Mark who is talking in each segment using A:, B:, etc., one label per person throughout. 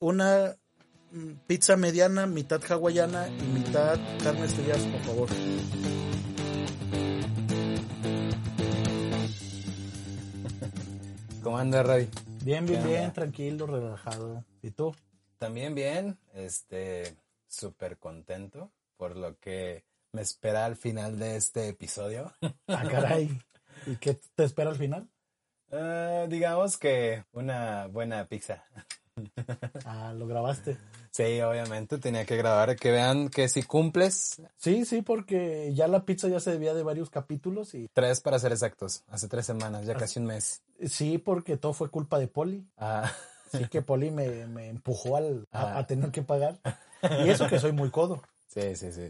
A: Una mm, pizza mediana, mitad hawaiana y mitad carne estrellas, por favor.
B: ¿Cómo anda, Ray?
A: Bien, bien,
B: Ya.
A: bien, tranquilo, relajado. ¿Y tú?
B: También bien, este, súper contento por lo que me espera al final de este episodio.
A: Ah, caray. ¿Y qué te espera al final?
B: Eh, digamos que una buena pizza.
A: Ah, lo grabaste.
B: Sí, obviamente tenía que grabar, que vean que si cumples,
A: Sí, sí, porque ya la pizza ya se debía de varios capítulos y
B: tres para ser exactos, hace tres semanas,
A: Ah.
B: ya casi un mes.
A: sí, porque todo fue culpa de Poli.
B: Ah,
A: Así que Poli me, me empujó al, a,
B: Ah.
A: a tener que pagar. Y eso que soy muy codo.
B: sí, sí, sí.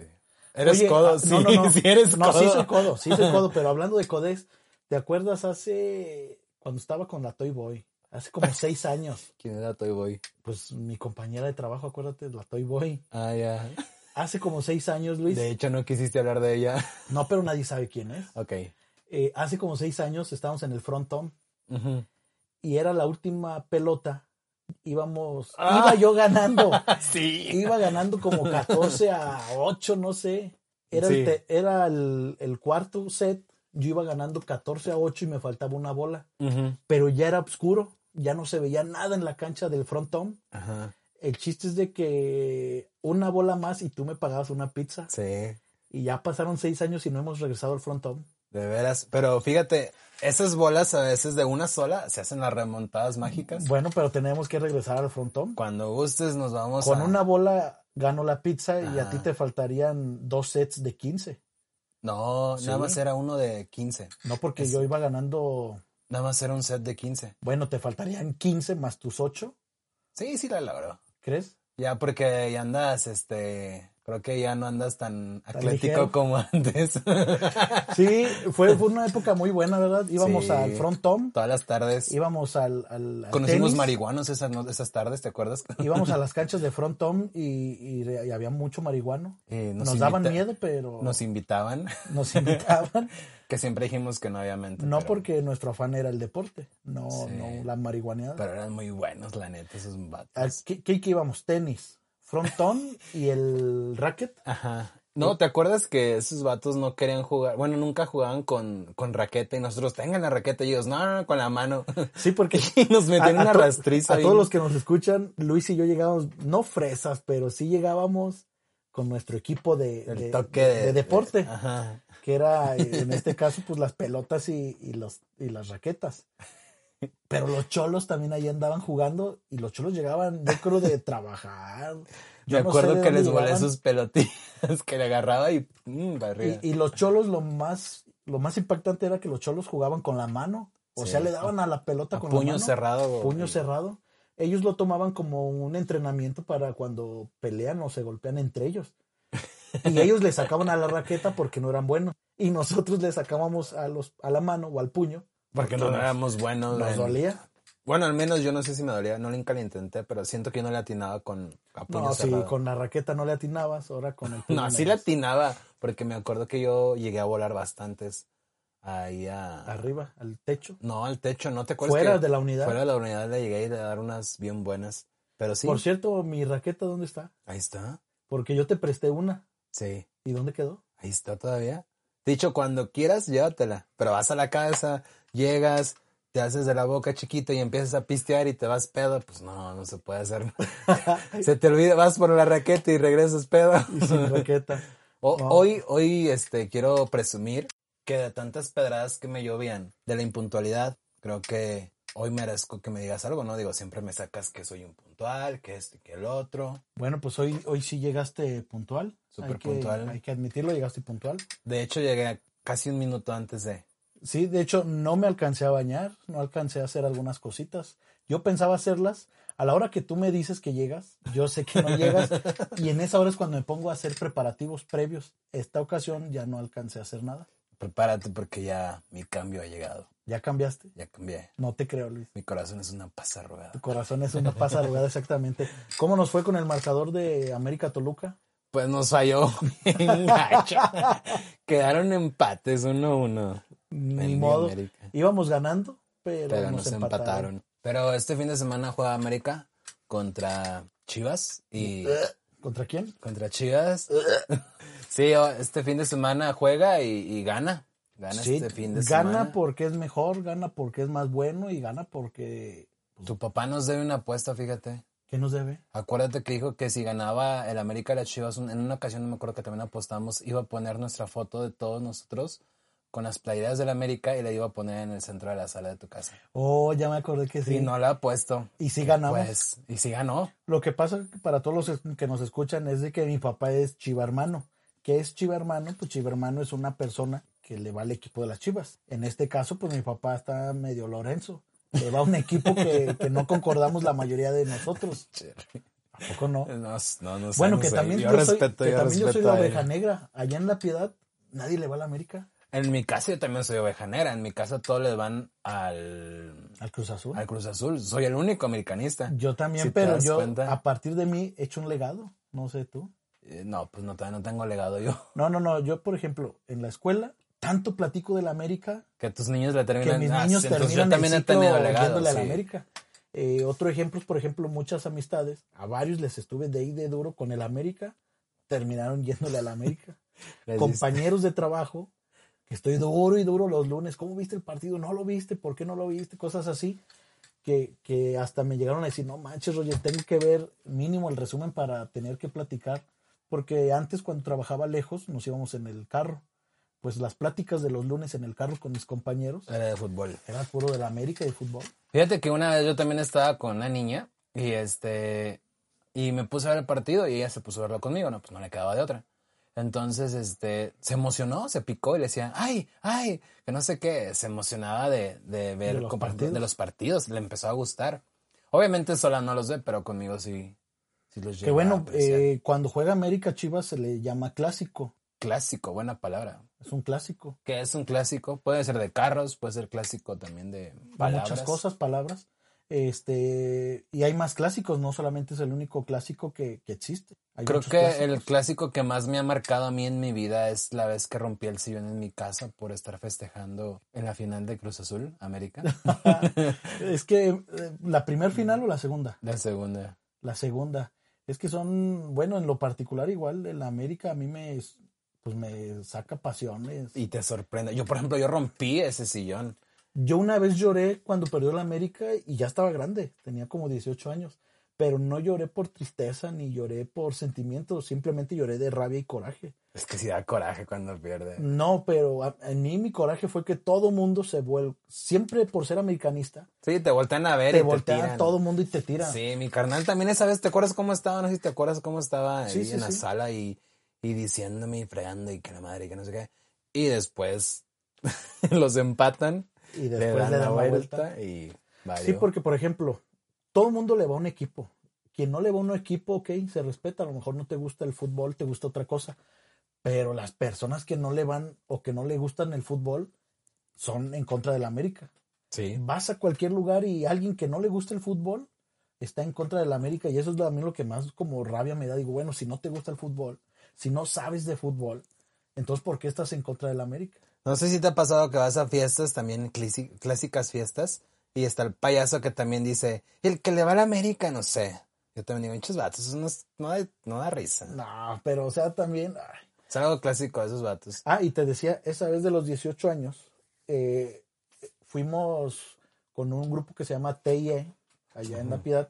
B: Eres
A: Oye,
B: codo,
A: ah,
B: sí,
A: no, no, no.
B: sí eres
A: No,
B: codo.
A: sí soy codo, sí soy codo, pero hablando de codés, ¿te acuerdas hace cuando estaba con la Toy Boy? Hace como seis años.
B: ¿Quién era Toy Boy?
A: Pues mi compañera de trabajo, acuérdate, la Toy Boy.
B: Ah, ya.
A: Hace como seis años, Luis.
B: De hecho, no quisiste hablar de ella.
A: No, pero nadie sabe quién es.
B: Ok.
A: Eh, hace como seis años estábamos en el frontón
B: Ujú.
A: y era la última pelota. Íbamos,
B: Ah.
A: iba yo ganando.
B: Sí.
A: iba ganando como 14 a 8, no sé. Era,
B: Sí.
A: el, te- era el, el cuarto set, yo iba ganando 14 a 8 y me faltaba una bola,
B: Ujú.
A: pero ya era oscuro, ya no se veía nada en la cancha del frontón.
B: Ajá.
A: El chiste es de que una bola más y tú me pagabas una pizza.
B: Sí.
A: Y ya pasaron seis años y no hemos regresado al frontón.
B: De veras, pero fíjate, esas bolas a veces de una sola se hacen las remontadas mágicas.
A: Bueno, pero tenemos que regresar al frontón.
B: Cuando gustes nos vamos
A: Con
B: a...
A: una bola gano la pizza y a
B: Ah.
A: ti te faltarían dos sets de 15.
B: No,
A: Sí.
B: nada más era uno de 15.
A: No porque
B: Es-
A: yo iba ganando
B: Nada más era un set de 15.
A: Bueno, te faltarían 15 más tus 8,
B: Sí, sí la logró.
A: ¿crees?
B: Ya porque ya andas, este... Creo que ya no andas tan,
A: ligero.
B: atlético como antes.
A: Sí, fue, fue una época muy buena, ¿verdad? Íbamos
B: Sí.
A: al frontón,
B: Todas las tardes.
A: íbamos al, al, al
B: Conocimos
A: tenis,
B: marihuanos esas, no- esas tardes, ¿te acuerdas?
A: íbamos a las canchas de frontón y, y, re- y había mucho marihuano.
B: Eh,
A: Nos,
B: invita-
A: daban miedo, pero
B: Nos
A: nos,
B: invitaban,
A: invitaban.
B: que siempre dijimos que no, obviamente.
A: No
B: pero-
A: porque nuestro afán era el deporte, no,
B: Sí.
A: no la marihuaneada.
B: Pero eran muy buenos, la neta, esos
A: ¿A
B: vatos.
A: ¿Qué, qué, qué íbamos? Tenis, frontón y el racket.
B: Ajá. No, ¿te acuerdas que esos vatos no querían jugar? Bueno, nunca jugaban con, con raqueta y nosotros, tengan la raqueta. Y ellos, no, no, no, con la mano.
A: Sí, porque
B: Y nos metían
A: a- a
B: una
A: to-
B: rastriza.
A: A
B: bien-
A: todos los que nos escuchan, Luis y yo llegábamos, no fresas, pero sí llegábamos con nuestro equipo de,
B: El
A: de-
B: toque
A: de-
B: de, ah.
A: de deporte,
B: ajá.
A: que era eh, en este caso pues las pelotas y, y los, y las raquetas. Pero los cholos también ahí andaban jugando y los cholos llegaban, yo creo, de trabajar. Yo
B: Me
A: no sé
B: acuerdo
A: de
B: que
A: dónde
B: les volé
A: llegaban.
B: sus pelotillas que le agarraba y mm, barría.
A: Y, y los cholos lo más, lo más impactante era que los cholos jugaban con la mano. O
B: Sí.
A: sea, le daban a la pelota
B: A
A: con la
B: puño
A: mano.
B: cerrado.
A: puño
B: y-
A: cerrado. Ellos lo tomaban como un entrenamiento para cuando pelean o se golpean entre ellos. Y ellos le sacaban a la raqueta porque no eran buenos. Y nosotros le sacábamos a, los, a la mano o al puño.
B: Porque no
A: nos-
B: éramos buenos.
A: Nos
B: en-
A: dolía.
B: Bueno, al menos yo no sé si me dolía. No nunca lo intenté, pero siento que yo no le atinaba con a puño
A: No, si
B: cerrado.
A: con la raqueta no le atinabas, ahora con el puño.
B: No, sí le
A: menos.
B: atinaba, porque me acuerdo que yo llegué a volar bastantes ahí a...
A: Arriba, al techo.
B: No, al techo, ¿no te acuerdas?
A: Fuera
B: Pues que
A: de la unidad.
B: Fuera de la unidad le llegué a dar unas bien buenas. Pero sí,
A: Por cierto, mi raqueta, ¿dónde está?
B: ahí está.
A: Porque yo te presté una.
B: Sí,
A: ¿Y dónde quedó?
B: ahí está todavía. Dicho, cuando quieras, llévatela. Pero vas a la casa, llegas, te haces de la boca chiquito y empiezas a pistear y te vas pedo. Pues no, no se puede hacer. se te olvida, vas por la raqueta y regresas pedo.
A: Y sin raqueta.
B: O-
A: Wow.
B: Hoy, hoy, este, quiero presumir que de tantas pedradas que me llovían, de la impuntualidad, creo que hoy merezco que me digas algo, ¿no? Digo, siempre me sacas que soy un puntual, que este, que el otro.
A: Bueno, pues hoy, hoy sí llegaste puntual.
B: Súper
A: Hay que-
B: puntual.
A: Hay que admitirlo, llegaste puntual.
B: De hecho, llegué a casi un minuto antes de...
A: Sí, de hecho no me alcancé a bañar, no alcancé a hacer algunas cositas. Yo pensaba hacerlas a la hora que tú me dices que llegas, yo sé que no llegas y en esa hora es cuando me pongo a hacer preparativos previos. Esta ocasión ya no alcancé a hacer nada.
B: Prepárate porque ya mi cambio ha llegado.
A: Ya cambiaste.
B: Ya cambié.
A: No te creo, Luis.
B: Mi corazón es una pasarrugada.
A: Tu corazón es una pasa arrugada, exactamente. ¿Cómo nos fue con el marcador de América Toluca?
B: Pues nos falló. bien gacho. Quedaron empates uno a uno.
A: Ni
B: Bendiga
A: modo.
B: América.
A: Íbamos ganando, pero,
B: Pero
A: nos, empataron.
B: Pero este fin de semana juega América contra Chivas y
A: ¿Contra quién?
B: contra Chivas. sí, o- este fin de semana juega y, y gana. Gana
A: Sí,
B: este fin de
A: gana
B: semana.
A: porque es mejor, gana porque es más bueno y gana porque...
B: Tu papá nos debe una apuesta, fíjate.
A: ¿Qué nos debe?
B: Acuérdate que dijo que si ganaba el América de las Chivas, un- en una ocasión no me acuerdo que también apostamos, iba a poner nuestra foto de todos nosotros con las playeras del América y la iba a poner en el centro de la sala de tu casa.
A: Oh, ya me acordé que sí.
B: Y no la ha puesto.
A: Y sí ganamos.
B: Pues, y si ganó.
A: Lo que pasa que para todos los es- que nos escuchan es de que mi papá es chiva hermano. ¿Qué es chiva hermano? Pues chiva hermano es una persona que le va al equipo de las chivas. En este caso, pues mi papá está medio Lorenzo. Le va a un equipo que, que no concordamos la mayoría de nosotros. ¿A poco no?
B: Eh, No, s- no, no sé,
A: Bueno,
B: no
A: que
B: sé.
A: también
B: yo,
A: yo soy,
B: respeto,
A: que
B: yo
A: también yo soy
B: respeto
A: la
B: a él.
A: oveja negra. Allá en La Piedad nadie le va a la América,
B: En mi casa yo también soy ovejanera. En mi casa todos le van al,
A: al Cruz Azul.
B: al Cruz Azul. Soy el único americanista.
A: Yo también,
B: Si te
A: pero
B: das
A: yo
B: cuenta.
A: a partir de mí he hecho un legado. No sé tú.
B: Eh, No, pues no, todavía no tengo legado yo.
A: No, no, no. Yo, por ejemplo, en la escuela, tanto platico de la América
B: Que tus niños le
A: que
B: terminan.
A: mis
B: Ah,
A: niños
B: sí, entonces
A: terminan
B: yo también
A: el
B: he
A: ciclo
B: tenido legado.
A: yéndole a la
B: sí.
A: América. Eh, otro ejemplo es, por ejemplo, muchas amistades. A varios les estuve de ahí de duro con el América. Terminaron yéndole a la América.
B: Les dices,
A: Compañeros de trabajo, que estoy duro y duro los lunes. ¿Cómo viste el partido? ¿No lo viste? ¿Por qué no lo viste? Cosas así. Que, que hasta me llegaron a decir, no manches, Roger, tengo que ver mínimo el resumen para tener que platicar. Porque antes, cuando trabajaba lejos, nos íbamos en el carro. Pues las pláticas de los lunes en el carro con mis compañeros
B: Era eh, de fútbol.
A: era puro de la América y de fútbol.
B: Fíjate que una vez yo también estaba con una niña y este y me puse a ver el partido y ella se puso a verlo conmigo, no, pues no le quedaba de otra. Entonces, este, se emocionó, se picó y le decía, ay, ay, que no sé qué, se emocionaba de, de ver
A: De los
B: comparti-
A: partidos.
B: de los partidos, le empezó a gustar. Obviamente sola no los ve, pero conmigo sí, sí los lleva.
A: que
B: a
A: bueno,
B: apreciar.
A: eh, cuando juega América Chivas se le llama clásico.
B: clásico, buena palabra.
A: Es un clásico.
B: Que es un clásico, puede ser de carros, puede ser clásico también de
A: Hay
B: palabras.
A: Muchas cosas, palabras. Este, y hay más clásicos, no solamente es el único clásico que, que existe. Hay
B: Creo
A: muchos
B: que el
A: clásicos.
B: clásico que más me ha marcado a mí en mi vida es la vez que rompí el sillón en mi casa por estar festejando en la final de Cruz Azul, América,
A: Es que eh, la primer final o la segunda.
B: la segunda.
A: La segunda. Es que son, bueno, en lo particular igual, el América a mí me, pues me saca pasiones.
B: Y te sorprende. Yo, por ejemplo, yo rompí ese sillón.
A: Yo una vez lloré cuando perdió la América y ya estaba grande, tenía como 18 años, pero no lloré por tristeza ni lloré por sentimientos, simplemente lloré de rabia y coraje.
B: Es que sí da coraje cuando pierde.
A: No, pero a, a mí mi coraje fue que todo mundo se vuelve, siempre por ser americanista,
B: Sí, te voltean a ver
A: te
B: y te
A: voltea
B: tiran.
A: todo mundo y te tira.
B: Sí, mi carnal también esa vez, ¿te acuerdas cómo estaba? No sé si te acuerdas cómo estaba ahí
A: Sí, sí,
B: en la
A: sí.
B: sala y, y diciéndome y fregando y que la madre y que no sé qué. Y después los empatan,
A: y
B: le
A: después
B: dan la vuelta,
A: vuelta.
B: y valió.
A: Sí, porque por ejemplo, todo mundo le va a un equipo. Quien no le va a un equipo, ok, se respeta. A lo mejor no te gusta el fútbol, te gusta otra cosa. Pero las personas que no le van o que no le gustan el fútbol son en contra del América.
B: Sí.
A: Vas a cualquier lugar y alguien que no le gusta el fútbol está en contra del América. Y eso es a mí lo que más como rabia me da. Digo, bueno, si no te gusta el fútbol, si no sabes de fútbol, entonces ¿por qué estás en contra del América?
B: No sé si te ha pasado que vas a fiestas, también clasi- clásicas fiestas, y está el payaso que también dice, el que le va a la América, no sé. Yo también digo, muchos vatos, eso no, es- no da, no da risa.
A: No, pero o sea, también... ay.
B: Es algo clásico de esos vatos.
A: Ah, y te decía, esa vez de los 18 años, eh, fuimos con un grupo que se llama TIE, allá en La Piedad.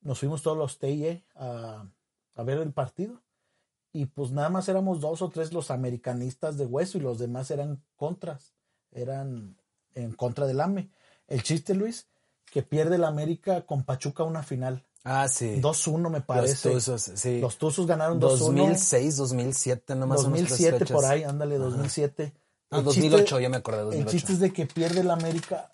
A: Nos fuimos todos los TIE a, a ver el partido. Y pues nada más éramos dos o tres los americanistas de hueso y los demás eran contras, eran en contra del AME. El chiste, Luis, que pierde el América con Pachuca una final.
B: Ah, sí.
A: 2-1 me
B: Los
A: parece. Los Tuzos,
B: tuzos, sí.
A: ganaron 2-1.
B: 2006, 2007, nomás son nuestras
A: 2007 por
B: fechas. Ah,
A: ahí, ándale, 2007.
B: No,
A: El
B: 2008,
A: chiste-
B: ya me acordé,
A: el
B: 2008.
A: chiste es de que pierde el América.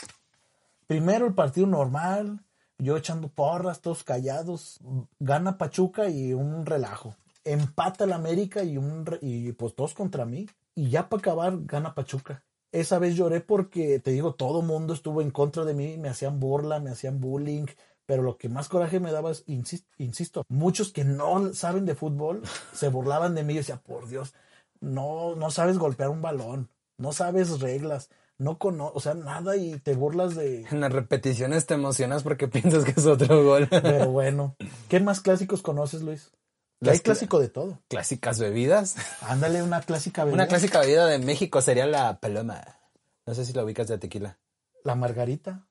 A: Primero el partido normal, yo echando porras, todos callados. Gana Pachuca y un relajo. Empata el América y, un re- y pues todos contra mí. Y ya para acabar, gana Pachuca. Esa vez lloré porque, te digo, todo mundo estuvo en contra de mí, me hacían burla, me hacían bullying, pero lo que más coraje me daba es, insisto, insisto muchos que no saben de fútbol se burlaban de mí y yo decía, por Dios, no, no sabes golpear un balón, no sabes reglas, no cono o sea, nada y te burlas de...
B: En las repeticiones te emocionas porque piensas que es otro gol.
A: Pero bueno, ¿qué más clásicos conoces, Luis? Que
B: Las
A: Hay clásico de todo.
B: Clásicas bebidas.
A: Ándale una clásica bebida.
B: Una clásica bebida de México sería la paloma. No sé si la ubicas de tequila.
A: La margarita,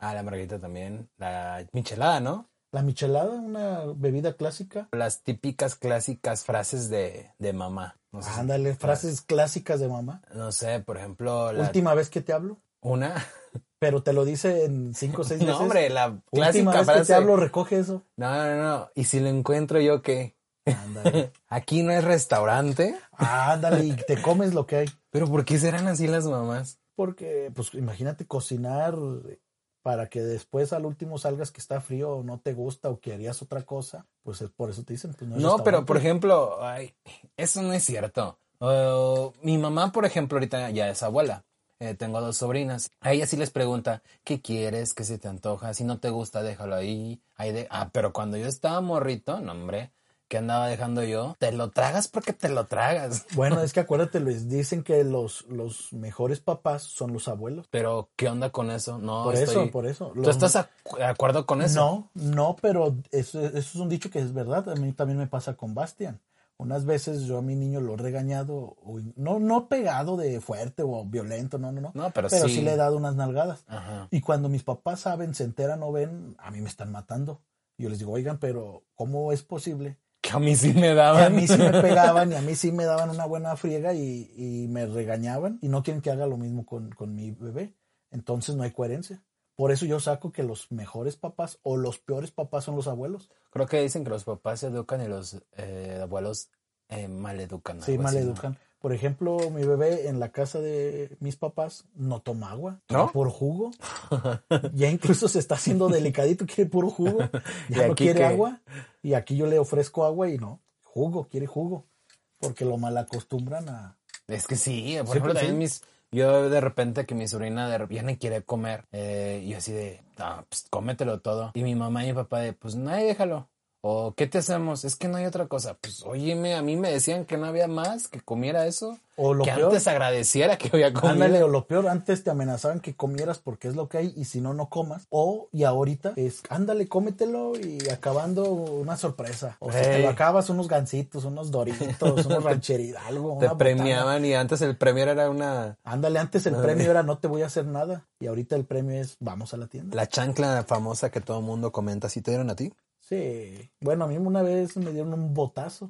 B: Ah, la margarita también. La michelada, ¿no?
A: la michelada, una bebida clásica.
B: Las típicas clásicas frases de, de mamá. No sé, si-
A: Ándale, frases clásicas de mamá.
B: no sé, por ejemplo, la,
A: Última vez que te hablo,
B: una.
A: pero te lo dice en cinco o seis veces.
B: No, hombre, la
A: Última
B: clásica
A: vez que te
B: frase.
A: hablo,
B: No,
A: recoge eso.
B: no, no. ¿Y si lo encuentro yo qué?
A: Ándale.
B: Aquí no es restaurante.
A: Ándale, y te comes lo que hay.
B: Pero ¿por qué serán así las mamás?
A: Porque, pues, imagínate cocinar para que después al último salgas que está frío o no te gusta o que harías otra cosa. Pues es por eso te dicen. Pues, no, es
B: No, pero por
A: restaurante.
B: ejemplo, ay, eso no es cierto. Oh, mi mamá, por ejemplo, ahorita ya es abuela. Eh, tengo dos sobrinas. A ella sí les pregunta, ¿qué quieres? ¿Qué se te antoja? Si no te gusta, déjalo ahí. ahí de... Ah, pero cuando yo estaba morrito, no, hombre, ¿qué andaba dejando yo? Te lo tragas porque te lo tragas.
A: Bueno, es que acuérdate, Luis, dicen que los, los mejores papás son los abuelos.
B: Pero, ¿qué onda con eso? No,
A: Por
B: estoy-
A: eso, por eso.
B: ¿Tú
A: Los-
B: estás acu- de acuerdo con eso?
A: No, no, pero eso, eso es un dicho que es verdad. A mí también me pasa con Bastian. Unas veces yo a mi niño lo he regañado, o in- no, no pegado de fuerte o violento, no, no, no.
B: No, pero sí.
A: le he dado unas nalgadas.
B: Ajá.
A: Y cuando mis papás saben, se enteran o ven, a mí me están matando. Yo les digo, oigan, pero ¿cómo es posible?
B: Que a mí sí me
A: Que
B: daban.
A: a mí sí me pegaban y a mí sí me daban una buena friega y, y me regañaban y no quieren que haga lo mismo con, con mi bebé. Entonces no hay coherencia. Por eso yo saco que los mejores papás o los peores papás son los abuelos.
B: Creo que dicen que los papás se educan y los eh, abuelos eh, maleducan.
A: Sí,
B: algo así, ¿no?
A: maleducan. Por ejemplo, mi bebé en la casa de mis papás no toma agua,
B: ¿No?
A: toma por jugo. ya incluso se está haciendo delicadito, quiere puro jugo.
B: Y
A: Ya no
B: aquí
A: quiere
B: que-
A: agua. Y aquí yo le ofrezco agua y no, jugo, quiere jugo. Porque lo malacostumbran a,
B: Es que sí, por
A: Sí,
B: ejemplo,
A: pues,
B: también
A: sí.
B: mis. Yo de repente que mi sobrina de, rep- ya no quiere comer. eh, y yo así de, ah, pues cómetelo todo. Y mi mamá y mi papá de, pues no, ahí déjalo. O, ¿qué te hacemos? Es que no hay otra cosa. Pues, óyeme, a mí me decían que no había más, que comiera eso.
A: O lo
B: que
A: peor.
B: antes agradeciera que había comido.
A: Ándale, o lo peor, antes te amenazaban que comieras porque es lo que hay y si no, no comas. O, y ahorita es, ándale, cómetelo y acabando una sorpresa. O si te
B: Ey.
A: lo acabas, unos gansitos, unos doritos, unos rancheritos, algo. una
B: Te
A: botana.
B: premiaban Ah, y antes el premio era una.
A: Ándale, antes el premio era no te voy a hacer nada y ahorita el premio es vamos a la tienda.
B: La chancla famosa que todo el mundo comenta. ¿Sí te dieron a ti?
A: Sí. Bueno, a mí una vez me dieron un botazo.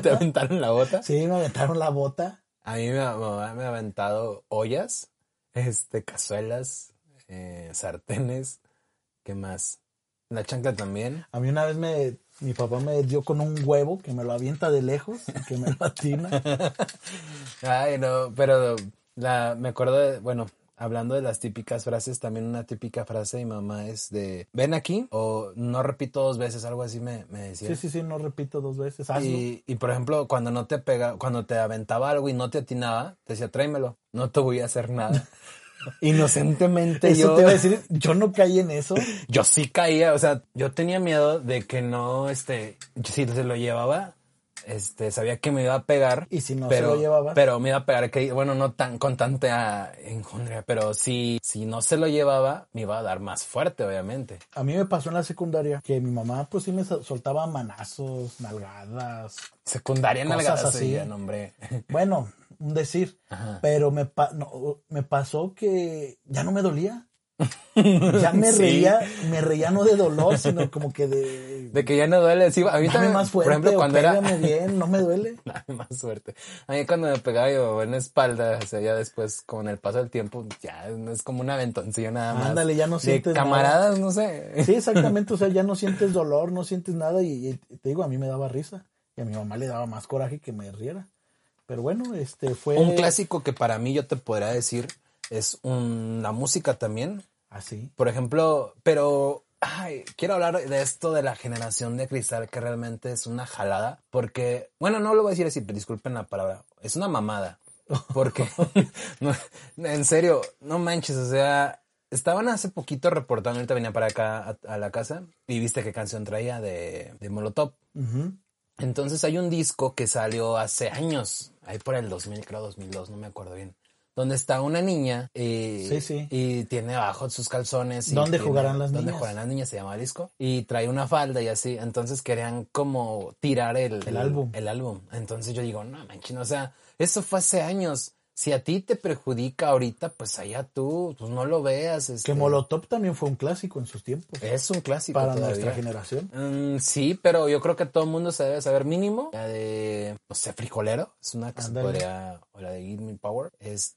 B: ¿Te aventaron la bota?
A: Sí, me aventaron la bota.
B: A mí mi mamá me ha aventado ollas, este, cazuelas, eh, sartenes, ¿qué más? La chancla también.
A: A mí una vez me, mi papá me dio con un huevo que me lo avienta de lejos, y que me patina.
B: Ay, no, pero la, me acuerdo de, bueno, hablando de las típicas frases, también una típica frase de mi mamá es de, ven aquí, o no repito dos veces, algo así me, me decía.
A: Sí, sí, sí, no repito dos veces. Hazlo.
B: Y, y, por ejemplo, cuando no te pega, cuando te aventaba algo y no te atinaba, te decía, tráemelo, no te voy a hacer nada. Inocentemente
A: Eso
B: yo,
A: te iba a decir, yo no caí en eso.
B: yo sí caía, o sea, yo tenía miedo de que no, este, si se lo llevaba, este, sabía que me iba a pegar.
A: Y si no se
B: pero,
A: lo llevaba.
B: Pero me iba a pegar, que, bueno, no tan con tanta enjundria, pero si, si no se lo llevaba, me iba a dar más fuerte, obviamente.
A: A mí me pasó en la secundaria que mi mamá, pues sí me sol- soltaba manazos, nalgadas.
B: Secundaria
A: Cosas
B: nalgadas,
A: así.
B: así, nombre.
A: Bueno, un decir.
B: Ajá.
A: Pero me, pa- no, me pasó que ya no me dolía. Ya me
B: Sí.
A: reía, me reía no de dolor, sino como que de.
B: De que ya no duele, sí, a mí
A: dame
B: también,
A: más fuerte,
B: por ejemplo,
A: o
B: cuando era,
A: pégame bien, no me duele.
B: Dame más suerte. A mí cuando me pegaba yo en la espalda, o sea, ya después con el paso del tiempo, ya es como un aventoncillo nada más.
A: Ándale, ya no
B: De
A: sientes nada.
B: camaradas, no sé.
A: Sí, exactamente. O sea, ya no sientes dolor, no sientes nada. Y, y te digo, a mí me daba risa. Y a mi mamá le daba más coraje que me riera. Pero bueno, este fue.
B: Un clásico que para mí yo te podría decir es un- la música también.
A: Así.
B: Por ejemplo, pero Ay, quiero hablar de esto de la generación de cristal que realmente es una jalada, porque, bueno, no lo voy a decir así, pero disculpen la palabra, es una mamada, porque, no, en serio, no manches, o sea, estaban hace poquito reportando, ahorita venía para acá a, a la casa y viste qué canción traía de, de Molotov.
A: Ujú.
B: Entonces hay un disco que salió hace años, ahí por el 2000, creo 2002, no me acuerdo bien, donde está una niña y,
A: Sí, sí.
B: y tiene abajo sus calzones. y
A: ¿Dónde
B: tiene-
A: jugarán las
B: ¿Dónde
A: niñas?
B: jugarán las niñas? Se llama el disco. Y trae una falda y así. Entonces querían como tirar el,
A: El álbum.
B: El álbum. Entonces yo digo, no manches, o sea, eso fue hace años. Si a ti te perjudica ahorita, pues allá tú, pues no lo veas.
A: Que
B: este,
A: Molotov también fue un clásico en sus tiempos.
B: Es un clásico
A: para
B: pues, todavía.
A: nuestra generación.
B: Mm, sí, pero yo creo que todo el mundo se debe saber mínimo. La de, no sé, frijolero. Es una que se
A: Ándale.
B: podría- O la de Give Me Power.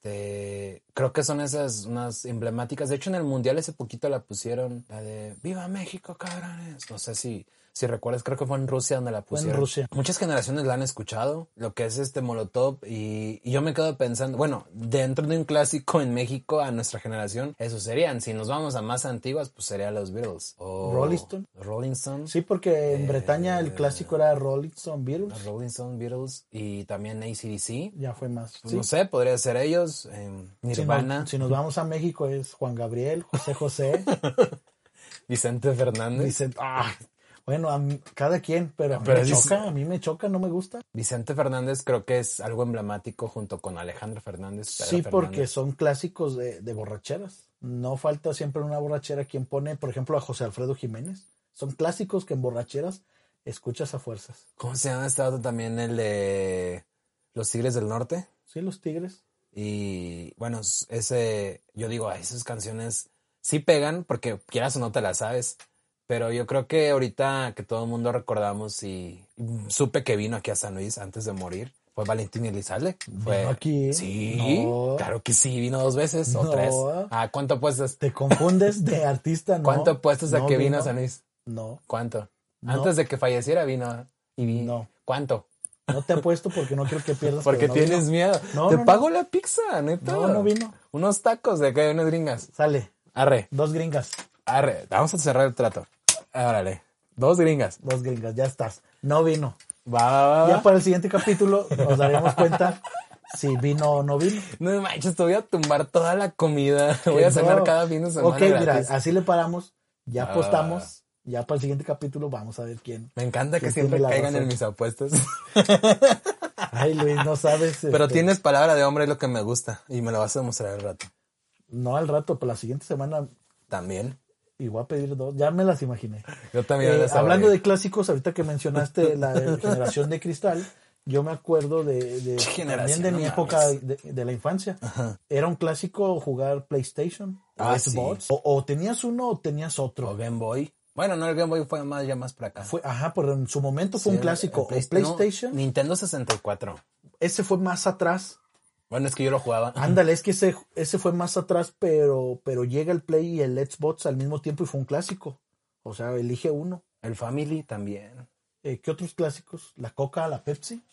B: Este. Creo que son esas unas emblemáticas. De hecho, en el mundial hace poquito la pusieron. La de Viva México, cabrones. No sé si. Si recuerdas, creo que fue en Rusia donde la
A: Fue en
B: pusieron.
A: Rusia.
B: Muchas generaciones la han escuchado, lo que es este Molotov, y, y yo me quedo pensando, bueno, dentro de un clásico en México a nuestra generación, eso serían. Si nos vamos a más antiguas, pues serían los Beatles. O
A: Rolling Stone.
B: Rolling Stone.
A: Sí, porque en
B: Eh,
A: Bretaña el clásico era Rolling Stone Beatles.
B: Los Rolling Stone, Beatles y también ACDC.
A: Ya fue más.
B: Pues
A: sí.
B: No sé, podría ser ellos. eh,
A: si,
B: Nirvana,
A: no- si nos vamos a México es Juan Gabriel, José José,
B: Vicente Fernández.
A: Vicente. ah, bueno, a mí- cada quien, pero, a mí
B: Pero
A: me
B: dice-
A: choca, a mí me choca, no me gusta.
B: Vicente Fernández creo que es algo emblemático junto con Alejandro Fernández. Pedro
A: Sí, porque
B: Fernández.
A: son clásicos de, de borracheras. No falta siempre una borrachera quien pone, por ejemplo, a José Alfredo Jiménez. Son clásicos que en borracheras escuchas a fuerzas.
B: ¿Cómo se llama este otro también? El de Los Tigres del Norte.
A: Sí, los Tigres.
B: Y bueno, s- ese, yo digo, ay, esas canciones sí pegan porque quieras o no te las sabes. Pero yo creo que ahorita que todo el mundo recordamos y mm, supe que vino aquí a San Luis antes de morir, fue Valentín Elizalde. Fue
A: ¿Vino aquí?
B: Sí,
A: No.
B: claro que sí, vino dos veces o
A: No.
B: tres. Ah, ¿cuánto apuestas?
A: Te confundes de artista, ¿no?
B: ¿Cuánto apuestas a
A: no
B: que vino a San Luis?
A: No,
B: ¿Cuánto?
A: No.
B: Antes de que falleciera vino y vi-
A: No.
B: ¿Cuánto?
A: no te apuesto porque no quiero que pierdas. pero
B: Porque
A: no
B: tienes
A: vino.
B: miedo.
A: No,
B: Te
A: no, no.
B: pago la pizza, neta.
A: No, no vino.
B: Unos tacos de acá, unas gringas.
A: Sale,
B: Arre,
A: dos gringas,
B: arre. Vamos a cerrar el trato. Árale. Dos gringas.
A: dos gringas, ya estás. No vino.
B: Va, va, va,
A: Ya
B: va.
A: para el siguiente capítulo nos daremos cuenta si vino o no vino.
B: No manches, te voy a tumbar toda la comida. Voy a cenar
A: No.
B: cada fin de semana.
A: Ok, mira, ah,
B: gratis.
A: así le paramos, ya
B: Ah.
A: apostamos, ya para el siguiente capítulo vamos a ver quién.
B: Me encanta que
A: ¿Quién
B: siempre
A: tiene la
B: caigan en
A: razón?
B: mis apuestas.
A: Ay, Luis, no sabes.
B: Pero
A: este,
B: tienes palabra de hombre, es lo que me gusta. Y me lo vas a demostrar al rato.
A: No al rato, para la siguiente semana
B: También.
A: y voy a pedir dos, ya me las imaginé.
B: Yo también.
A: Eh,
B: las abrí.
A: hablando de clásicos, ahorita que mencionaste la de generación de cristal, yo me acuerdo de, de-
B: Qué
A: también
B: generación,
A: de
B: no
A: mi
B: mames.
A: época de, de la infancia. Era un clásico jugar PlayStation, o
B: Ah,
A: Xbox, o, o tenías uno o tenías otro.
B: O Game Boy. Bueno, no, el Game Boy fue más ya más para acá.
A: Fue, ajá, pero en su momento fue
B: Sí,
A: un
B: el-
A: clásico.
B: el
A: o
B: Playsta- no,
A: PlayStation,
B: Nintendo 64.
A: ese fue más atrás.
B: Bueno, es que yo lo jugaba.
A: Ándale, es que ese, ese fue más atrás, pero, pero llega el Play y el Xbox al mismo tiempo y fue un clásico. O sea, elige uno.
B: El Family también.
A: Eh, ¿Qué otros clásicos? La Coca, la Pepsi.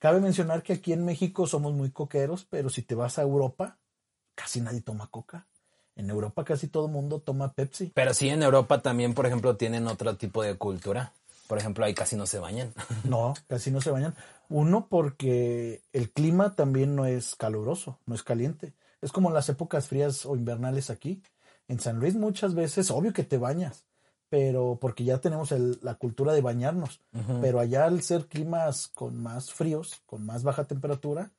A: Cabe mencionar que aquí en México somos muy coqueros, pero si te vas a Europa, casi nadie toma Coca. En Europa casi todo el mundo toma Pepsi.
B: Pero sí, en Europa también, por ejemplo, tienen otro tipo de cultura. Por ejemplo, ahí casi no se bañan.
A: No, casi no se bañan. Uno, porque el clima también no es caluroso, no es caliente. Es como las épocas frías o invernales aquí. En San Luis muchas veces, obvio que te bañas, pero porque ya tenemos el- la cultura de bañarnos. Pero allá al ser climas con más fríos, con más baja temperatura,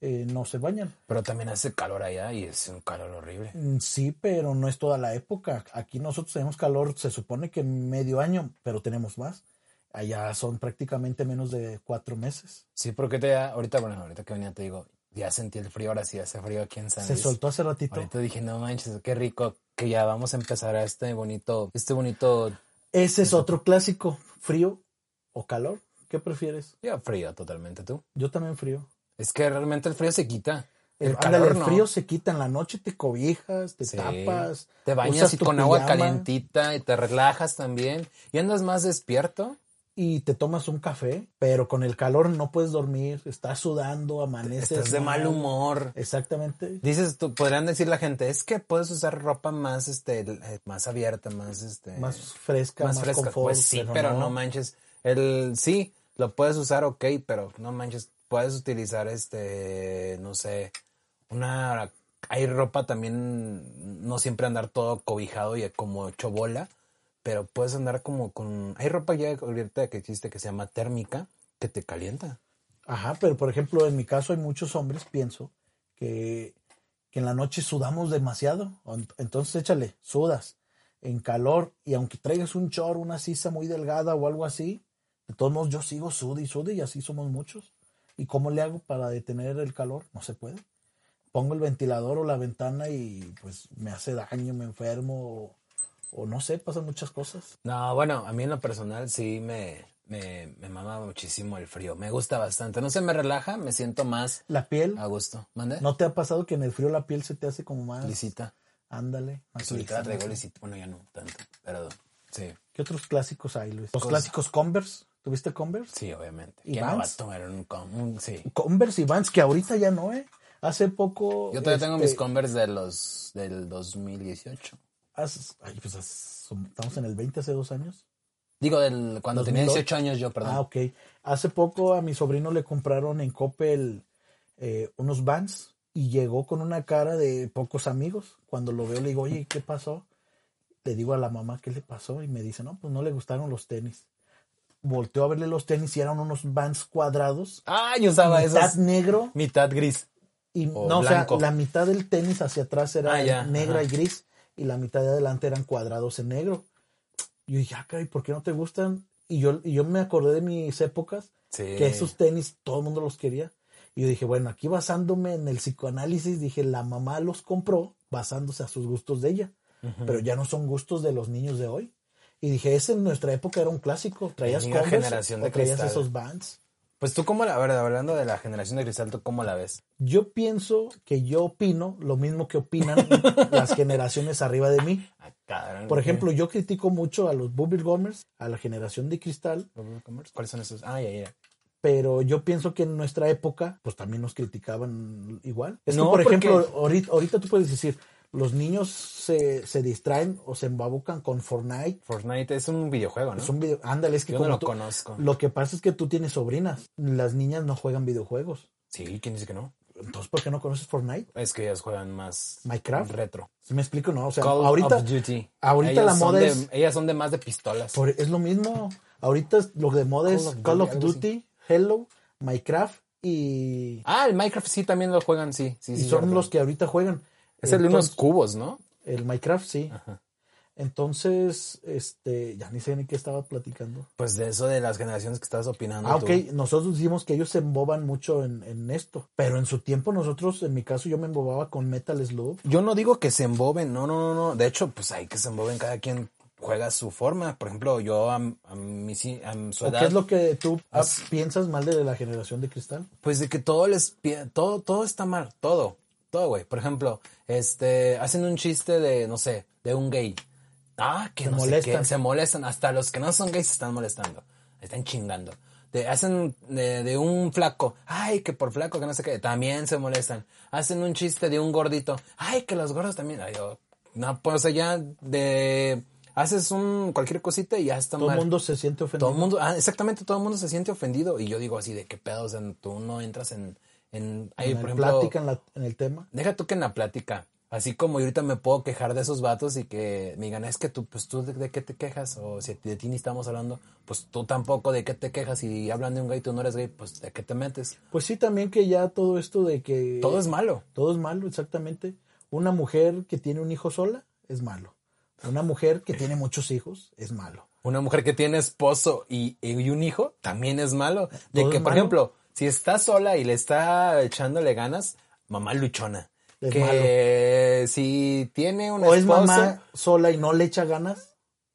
A: eh, no se bañan.
B: Pero también hace calor allá y es un calor horrible.
A: Mm, Sí, pero no es toda la época. Aquí nosotros tenemos calor, se supone que medio año, pero tenemos más. Allá son prácticamente menos de cuatro meses.
B: Sí, porque te ahorita, bueno, ahorita que venía te digo, ya sentí el frío, ahora sí hace frío aquí en San
A: Se
B: Luis.
A: soltó hace ratito.
B: Ahorita dije, no manches, qué rico que ya vamos a empezar a este bonito, este bonito,
A: Ese es otro clásico. ¿Frío o calor? ¿Qué prefieres?
B: ya frío totalmente tú.
A: Yo también frío.
B: Es que realmente el frío se quita. El,
A: El, ándale,
B: calor
A: el
B: no.
A: frío se quita en la noche, te cobijas, te
B: Sí.
A: tapas.
B: Te
A: usas
B: bañas y
A: tu
B: con agua
A: pijama.
B: calentita y te relajas también. Y andas más despierto.
A: y te tomas un café, pero con el calor no puedes dormir, estás sudando, amaneces.
B: Estás de mal humor.
A: Exactamente.
B: Dices, tú, podrían decir la gente, es que puedes usar ropa más, este, eh, más abierta, más, este,
A: Más fresca, más,
B: más fresca.
A: confort,
B: Pues sí, pero, no. manches. El, sí, lo puedes usar, ok, pero no manches. Puedes utilizar, este, no sé, una... Hay ropa también, no siempre andar todo cobijado y como chobola, pero puedes andar como con... Hay ropa ya ahorita que existe que se llama térmica, que te calienta.
A: Ajá, pero por ejemplo, en mi caso hay muchos hombres, pienso, que, que en la noche sudamos demasiado. Ent- Entonces échale, sudas en calor y aunque traigas un chor, una sisa muy delgada o algo así, de todos modos yo sigo sude y sude y así somos muchos. ¿Y cómo le hago para detener el calor? No se puede. Pongo el ventilador o la ventana y pues me hace daño, me enfermo o, o no sé, pasan muchas cosas.
B: No, bueno, a mí en lo personal sí me, me, me mama muchísimo el frío. Me gusta bastante. No se me relaja, me siento más
A: La piel,
B: a gusto. ¿Mande?
A: ¿no te ha pasado que en el frío la piel se te hace como más...
B: Lisita.
A: Ándale. más
B: Ahorita la
A: lisa,
B: traigo
A: más-
B: lisita. Bueno, ya no tanto, pero sí,
A: ¿Qué otros clásicos hay, Luis? Los
B: Cosas.
A: clásicos Converse. ¿Tuviste Converse?
B: sí, obviamente.
A: ¿Y
B: ¿Quién no va a
A: Vans?
B: tomar un, con- un- sí?
A: Converse y Vans, que ahorita ya no, ¿eh? Hace poco.
B: Yo todavía tengo mis
A: este,
B: Converse de los del 2018.
A: hace- ay, pues hace- estamos en el 20, hace dos años.
B: Digo, del cuando tenía
A: 2008.
B: 18 años yo, perdón.
A: Ah, ok. Hace poco a mi sobrino le compraron en Coppel eh, unos Vans y llegó con una cara de pocos amigos. Cuando lo veo le digo, oye, ¿qué pasó? Le digo a la mamá qué le pasó y me dice, no, pues no le gustaron los tenis. Volteó a verle los tenis y eran unos Vans cuadrados.
B: Ah, yo usaba esos.
A: Mitad negro
B: Mitad gris.
A: Y
B: O
A: no,
B: blanco.
A: o sea, la mitad del tenis hacia atrás era
B: Ah, ya,
A: negra
B: ajá.
A: y gris y la mitad de adelante eran cuadrados en negro. Yo dije, ah, caray, ¿por qué no te gustan? Y yo, y yo me acordé de mis épocas,
B: Sí.
A: que esos tenis todo el mundo los quería. Y yo dije, bueno, aquí basándome en el psicoanálisis, dije, la mamá los compró basándose a sus gustos de ella, pero ya no son gustos de los niños de hoy. Y dije, ese en nuestra época era un clásico, traías
B: Bendiga
A: Converse
B: generación
A: o
B: de
A: traías
B: cristal.
A: esos Vans.
B: Pues tú, ¿cómo la a ver, Hablando de la generación de cristal, ¿tú cómo la ves?
A: Yo pienso que yo opino lo mismo que opinan las generaciones arriba de mí.
B: Ah, cabrón,
A: Por
B: ¿qué?
A: ejemplo, yo critico mucho a los Bubble Gomers, a la generación de cristal,
B: ¿Cuáles son esos? Ah, ya, ya.
A: pero yo pienso que en nuestra época, pues también nos criticaban igual. Es que,
B: No,
A: por
B: porque-
A: ejemplo, ahorita, ahorita tú puedes decir, los niños se, se distraen o se embabucan con Fortnite.
B: Fortnite es un videojuego, ¿no?
A: Es un video, ándale, es que
B: Yo no
A: como
B: lo
A: tú-
B: conozco.
A: lo que pasa es que tú tienes sobrinas, las niñas no juegan videojuegos.
B: Sí, ¿quién dice que no?
A: Entonces, ¿por qué no conoces Fortnite?
B: Es que ellas juegan más
A: Minecraft.
B: retro.
A: ¿Sí me explico? No, o sea,
B: Call
A: ahorita...
B: of Duty.
A: ahorita la
B: son
A: moda
B: de-
A: es-
B: Ellas son de más de pistolas.
A: Por- es lo mismo. Ahorita es- lo de moda es Call of
B: algo así.
A: Duty, Hello, Minecraft y,
B: Ah, el Minecraft sí también lo juegan, sí. sí,
A: y
B: sí,
A: son
B: cierto.
A: los que ahorita juegan.
B: Es el de unos
A: Entonces,
B: cubos, ¿no?
A: El Minecraft, sí.
B: Ajá.
A: Entonces, este, ya ni sé ni qué estaba platicando.
B: Pues de eso de las generaciones que estás opinando.
A: Ah,
B: tú.
A: ok, nosotros decimos que ellos se emboban mucho en, en esto, pero en su tiempo nosotros, en mi caso, yo me embobaba con Metal Slug.
B: Yo no digo que se emboben, no, no, no, no. De hecho, pues hay que se emboben, cada quien juega su forma. Por ejemplo, yo a, a, mi, ci- a su
A: ¿O
B: edad.
A: qué es lo que tú ah,
B: As-
A: piensas mal de la generación de cristal?
B: Pues de que todo les pi- todo, todo está mal, todo, todo, güey. Por ejemplo, este, hacen un chiste de, no sé, de un gay. Ah, que
A: Se
B: no sé
A: molestan.
B: qué, se molestan. Hasta los que no son gays se están molestando, están chingando. Te hacen de, de un flaco, ay, que por flaco, que no sé qué, también se molestan. Hacen un chiste de un gordito, ay, que los gordos también, ay, oh, no, pues allá de, haces un, cualquier cosita y ya está
A: Todo
B: mal.
A: el mundo se siente
B: Todo
A: ofendido.
B: el mundo, ah, exactamente, todo el mundo se siente ofendido. Y yo digo así, ¿de qué pedo? O sea, tú no entras en. en ahí,
A: en
B: por
A: la
B: ejemplo,
A: plática, en, la- en el tema.
B: deja tú que en la plática. Así como yo ahorita me puedo quejar de esos vatos y que me digan, es que tú, pues tú, ¿de, de qué te quejas? O si de ti ni estamos hablando, pues tú tampoco, ¿de qué te quejas? Y hablan de un gay, tú no eres gay, pues ¿de qué te metes?
A: Pues sí, también que ya todo esto de que...
B: Todo es malo.
A: Todo es malo, exactamente. Una mujer que tiene un hijo sola es malo. Una mujer que tiene muchos hijos es malo.
B: Una mujer que tiene esposo y, y un hijo también es malo. De
A: Todo
B: que,
A: es
B: por
A: malo.
B: ejemplo, si está sola y le está echándole ganas, mamá luchona.
A: Es
B: que si tiene un
A: O es
B: esposo,
A: mamá sola y no le echa ganas,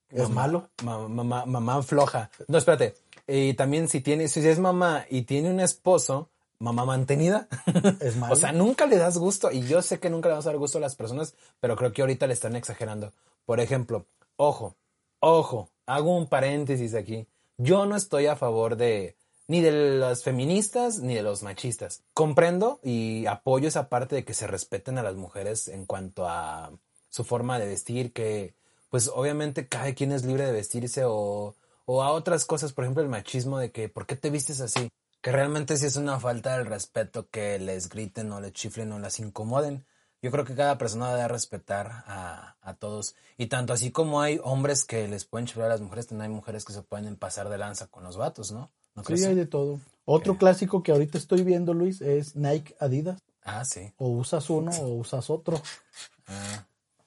A: es
B: mamá-
A: malo.
B: ma- mamá, mamá floja. No, espérate. Y también si tiene, si es mamá y tiene un esposo, mamá mantenida.
A: Es malo.
B: O sea, nunca le das gusto. Y yo sé que nunca le vas a dar gusto a las personas, pero creo que ahorita le están exagerando. Por ejemplo, ojo, ojo, hago un paréntesis aquí. Yo no estoy a favor de ni de las feministas ni de los machistas. Comprendo y apoyo esa parte de que se respeten a las mujeres en cuanto a su forma de vestir, que pues obviamente cada quien es libre de vestirse o, o a otras cosas, por ejemplo el machismo de que ¿por qué te vistes así? Que realmente sí es una falta del respeto que les griten o les chiflen o las incomoden. Yo creo que cada persona debe respetar a, a todos. Y tanto así como hay hombres que les pueden chiflar a las mujeres, también hay mujeres que se pueden pasar de lanza con los vatos, ¿no? ¿No crees?
A: Sí, hay de todo. Otro
B: Ok.
A: clásico que ahorita estoy viendo, Luis, es Nike Adidas.
B: Ah, sí.
A: O usas uno o usas otro.
B: Ah,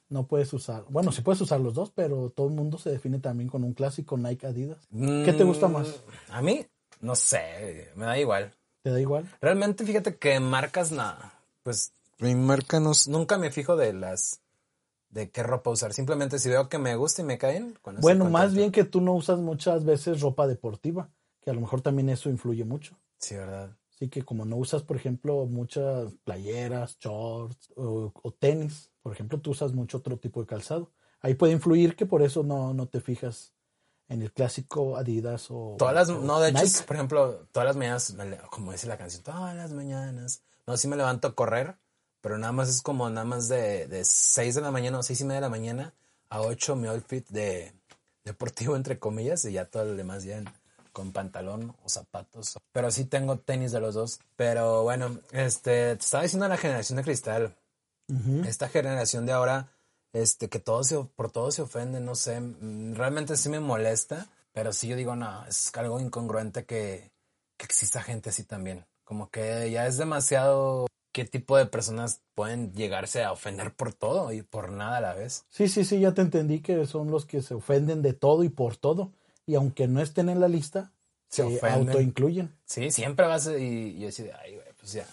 A: No puedes usar. Bueno, sí puedes usar los dos, pero todo el mundo se define también con un clásico Nike Adidas. ¿Qué te gusta
B: Mm,
A: más?
B: A mí, no sé, me da igual.
A: ¿Te da igual?
B: Realmente, fíjate que marcas nada. Pues mi marca no. Nunca me fijo de las. de qué ropa usar. Simplemente si veo que me gusta y me caen. con eso
A: Bueno,
B: contento.
A: más bien que tú no usas muchas veces ropa deportiva, que a lo mejor también eso influye mucho.
B: Sí, ¿verdad?
A: Así que como no usas, por ejemplo, muchas playeras, shorts o, o tenis, por ejemplo, tú usas mucho otro tipo de calzado. Ahí puede influir que por eso no, no te fijas en el clásico Adidas o...
B: Todas las.
A: o
B: No, de hecho,
A: Nike.
B: por ejemplo, todas las mañanas, me le- como dice la canción, todas las mañanas. No, sí me levanto a correr, pero nada más es como nada más de, de 6 de la mañana o 6 y media de la mañana a 8 mi outfit de deportivo, entre comillas, y ya todo lo demás ya en- con pantalón o zapatos. Pero sí tengo tenis de los dos. Pero bueno, este, te estaba diciendo la generación de cristal
A: Ujú.
B: esta generación de ahora, este, que todos se, por todo se ofenden, no sé, mm, realmente sí me molesta, pero sí yo digo, no, es algo incongruente que, que exista gente así también. Como que ya es demasiado qué tipo de personas pueden llegarse a ofender por todo y por nada a la vez.
A: Sí, sí, sí, ya te entendí que son los que se ofenden de todo y por todo. Y aunque no estén en la lista,
B: Se
A: se
B: ofenden.
A: autoincluyen.
B: Sí, siempre vas a- y yo decía, ay, güey, pues ya.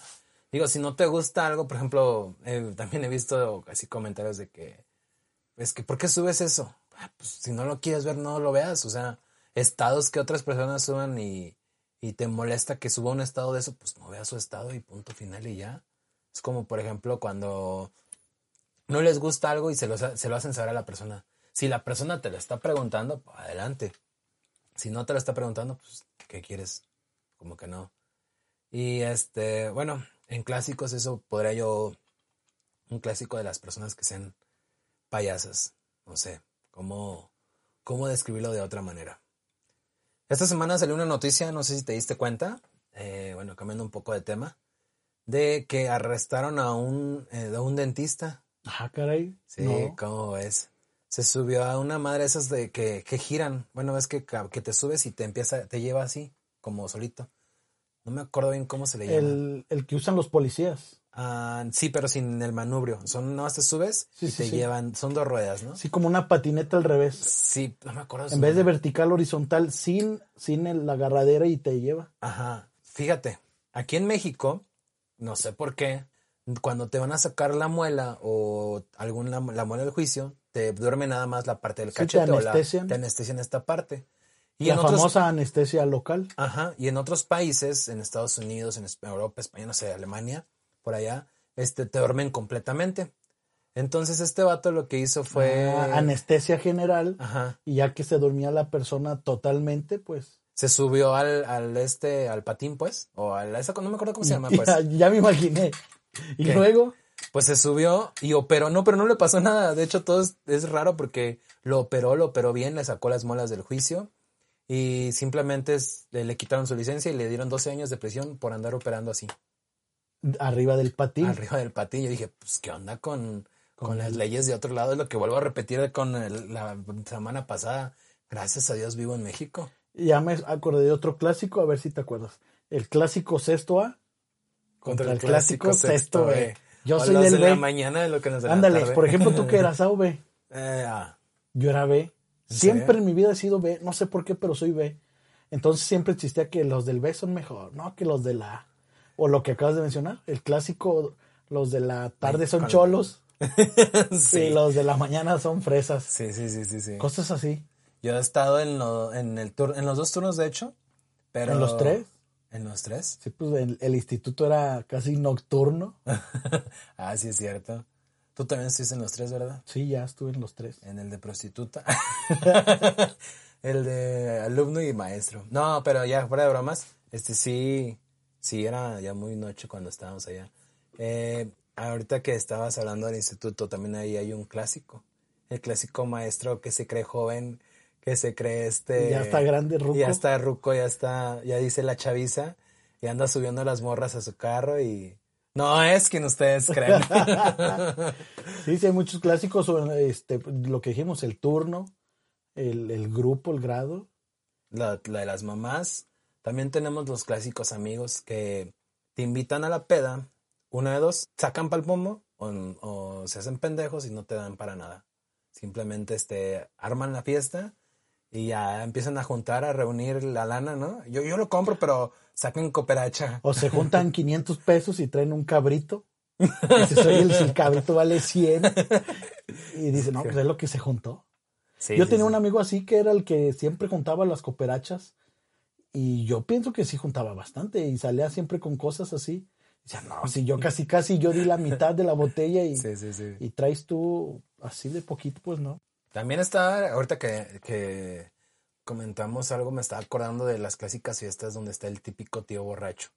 B: Digo, si no te gusta algo, por ejemplo, eh, también he visto así comentarios de que, es que, ¿por qué subes eso? Ah, pues si no lo quieres ver, no lo veas. O sea, estados que otras personas suban y, y te molesta que suba un estado de eso, pues no veas su estado y punto final y ya. Es como, por ejemplo, cuando no les gusta algo y se lo, se lo hacen saber a la persona. Si la persona te lo está preguntando, pues, adelante. Si no te lo está preguntando, pues, ¿qué quieres? Como que no. Y este, bueno, en clásicos eso podría yo, un clásico de las personas que sean payasas. No sé, ¿cómo, cómo describirlo de otra manera? Esta semana salió una noticia, no sé si te diste cuenta, eh, bueno, cambiando un poco de tema, de que arrestaron a un, eh, a un dentista
A: Ah, caray.
B: Sí,
A: no.
B: ¿cómo ves? Se subió a una madre esas de que, que giran. Bueno, ves que, ca- que te subes y te empieza, te lleva así, como solito. No me acuerdo bien cómo se le llama.
A: El, el que usan los policías.
B: Ah, sí, pero sin el manubrio. Son nomás te subes
A: Sí,
B: y
A: sí,
B: te
A: sí.
B: llevan. Son dos ruedas, ¿no?
A: Así como una patineta al revés.
B: Sí, no me acuerdo. su
A: En vez de
B: nombre.
A: vertical, horizontal, sin, sin el- la agarradera y te lleva.
B: Ajá. Fíjate, aquí en México, no sé por qué, cuando te van a sacar la muela o algún la, la muela del juicio, te duerme nada más la parte del
A: Sí, te
B: cachete o la-
A: anestesian.
B: te anestesian esta parte. Y
A: la
B: en otros
A: famosa anestesia local.
B: Ajá, y en otros países, en Estados Unidos, en Esp- Europa, España, no sé, Alemania, por allá, este, te duermen completamente. Entonces este vato lo que hizo fue...
A: Ah, anestesia general.
B: Ajá,
A: Y ya que se dormía la persona totalmente, pues.
B: se subió al, al este, al patín, pues, o a la- esa, no me acuerdo cómo se llama, pues.
A: ya, ya me imaginé. Y
B: ¿Qué?
A: luego,
B: Pues se subió y operó, no, pero no le pasó nada. De hecho, todo es, es raro porque lo operó, lo operó bien, le sacó las molas del juicio y simplemente es- le, le quitaron su licencia y le dieron 12 años de prisión por andar operando así.
A: arriba del patín.
B: arriba del patín. Yo dije, pues, ¿qué onda con, con,
A: Con
B: las
A: el-
B: leyes de otro lado? Es lo que vuelvo a repetir con el- la semana pasada. Gracias a Dios vivo en México.
A: Ya me acordé de otro clásico, a ver si te acuerdas. El clásico sexto A contra, el clásico, sexto B. Yo
B: O
A: soy
B: los
A: del
B: de la
A: B.
B: mañana de lo que nos de la
A: Ándale,
B: tarde.
A: por ejemplo, tú que eras A o B.
B: Eh, ah,
A: Yo era B.
B: ¿En
A: Siempre
B: serio?
A: en mi vida he sido B. No sé por qué, pero soy B. Entonces siempre existía que los del B son mejor, no que los de la A. O lo que acabas de mencionar, el clásico, los de la tarde son
B: Con-
A: cholos y
B: sí.
A: los de la mañana son fresas.
B: sí, sí, sí, sí, sí.
A: Cosas así.
B: Yo he estado en, lo- en, el tur- en los dos turnos, de hecho. Pero
A: ¿En los tres?
B: En los tres.
A: Sí, pues el, el instituto era casi nocturno.
B: ah, sí, es cierto. Tú también estuviste en los tres, ¿verdad?
A: Sí, ya estuve en los tres.
B: En el de prostituta. El de alumno y maestro. No, pero ya fuera de bromas, este sí, sí era ya muy noche cuando estábamos allá. Eh, ahorita que estabas hablando del instituto, también ahí hay un clásico. El clásico maestro que se cree joven, que se cree este...
A: Ya está grande, ruco.
B: Ya está ruco, ya está, ya dice la chaviza y anda subiendo las morras a su carro y... No es quien ustedes creen.
A: Sí, sí, hay muchos clásicos. sobre, Este, lo que dijimos, el turno, el, el grupo, el grado.
B: la, la de las mamás. También tenemos los clásicos amigos que te invitan a la peda. Una de dos, sacan pa'l pomo o, o se hacen pendejos y no te dan para nada. Simplemente este, arman la fiesta y ya empiezan a juntar, a reunir la lana, ¿no? Yo, yo lo compro, pero saquen cooperacha.
A: O se juntan 500 pesos y traen un cabrito. Dices, oye, el, si el cabrito vale 100. Y dice, no, pues es lo que se juntó.
B: Sí,
A: yo
B: sí,
A: tenía
B: sí.
A: un amigo así que era el que siempre juntaba las cooperachas. Y yo pienso que sí juntaba bastante y salía siempre con cosas así. Dice, no, si yo casi, casi, yo di la mitad de la botella y,
B: Sí, sí, sí.
A: y traes tú así de poquito, pues no.
B: También está, ahorita que, que comentamos algo, me estaba acordando de las clásicas fiestas donde está el típico tío borracho,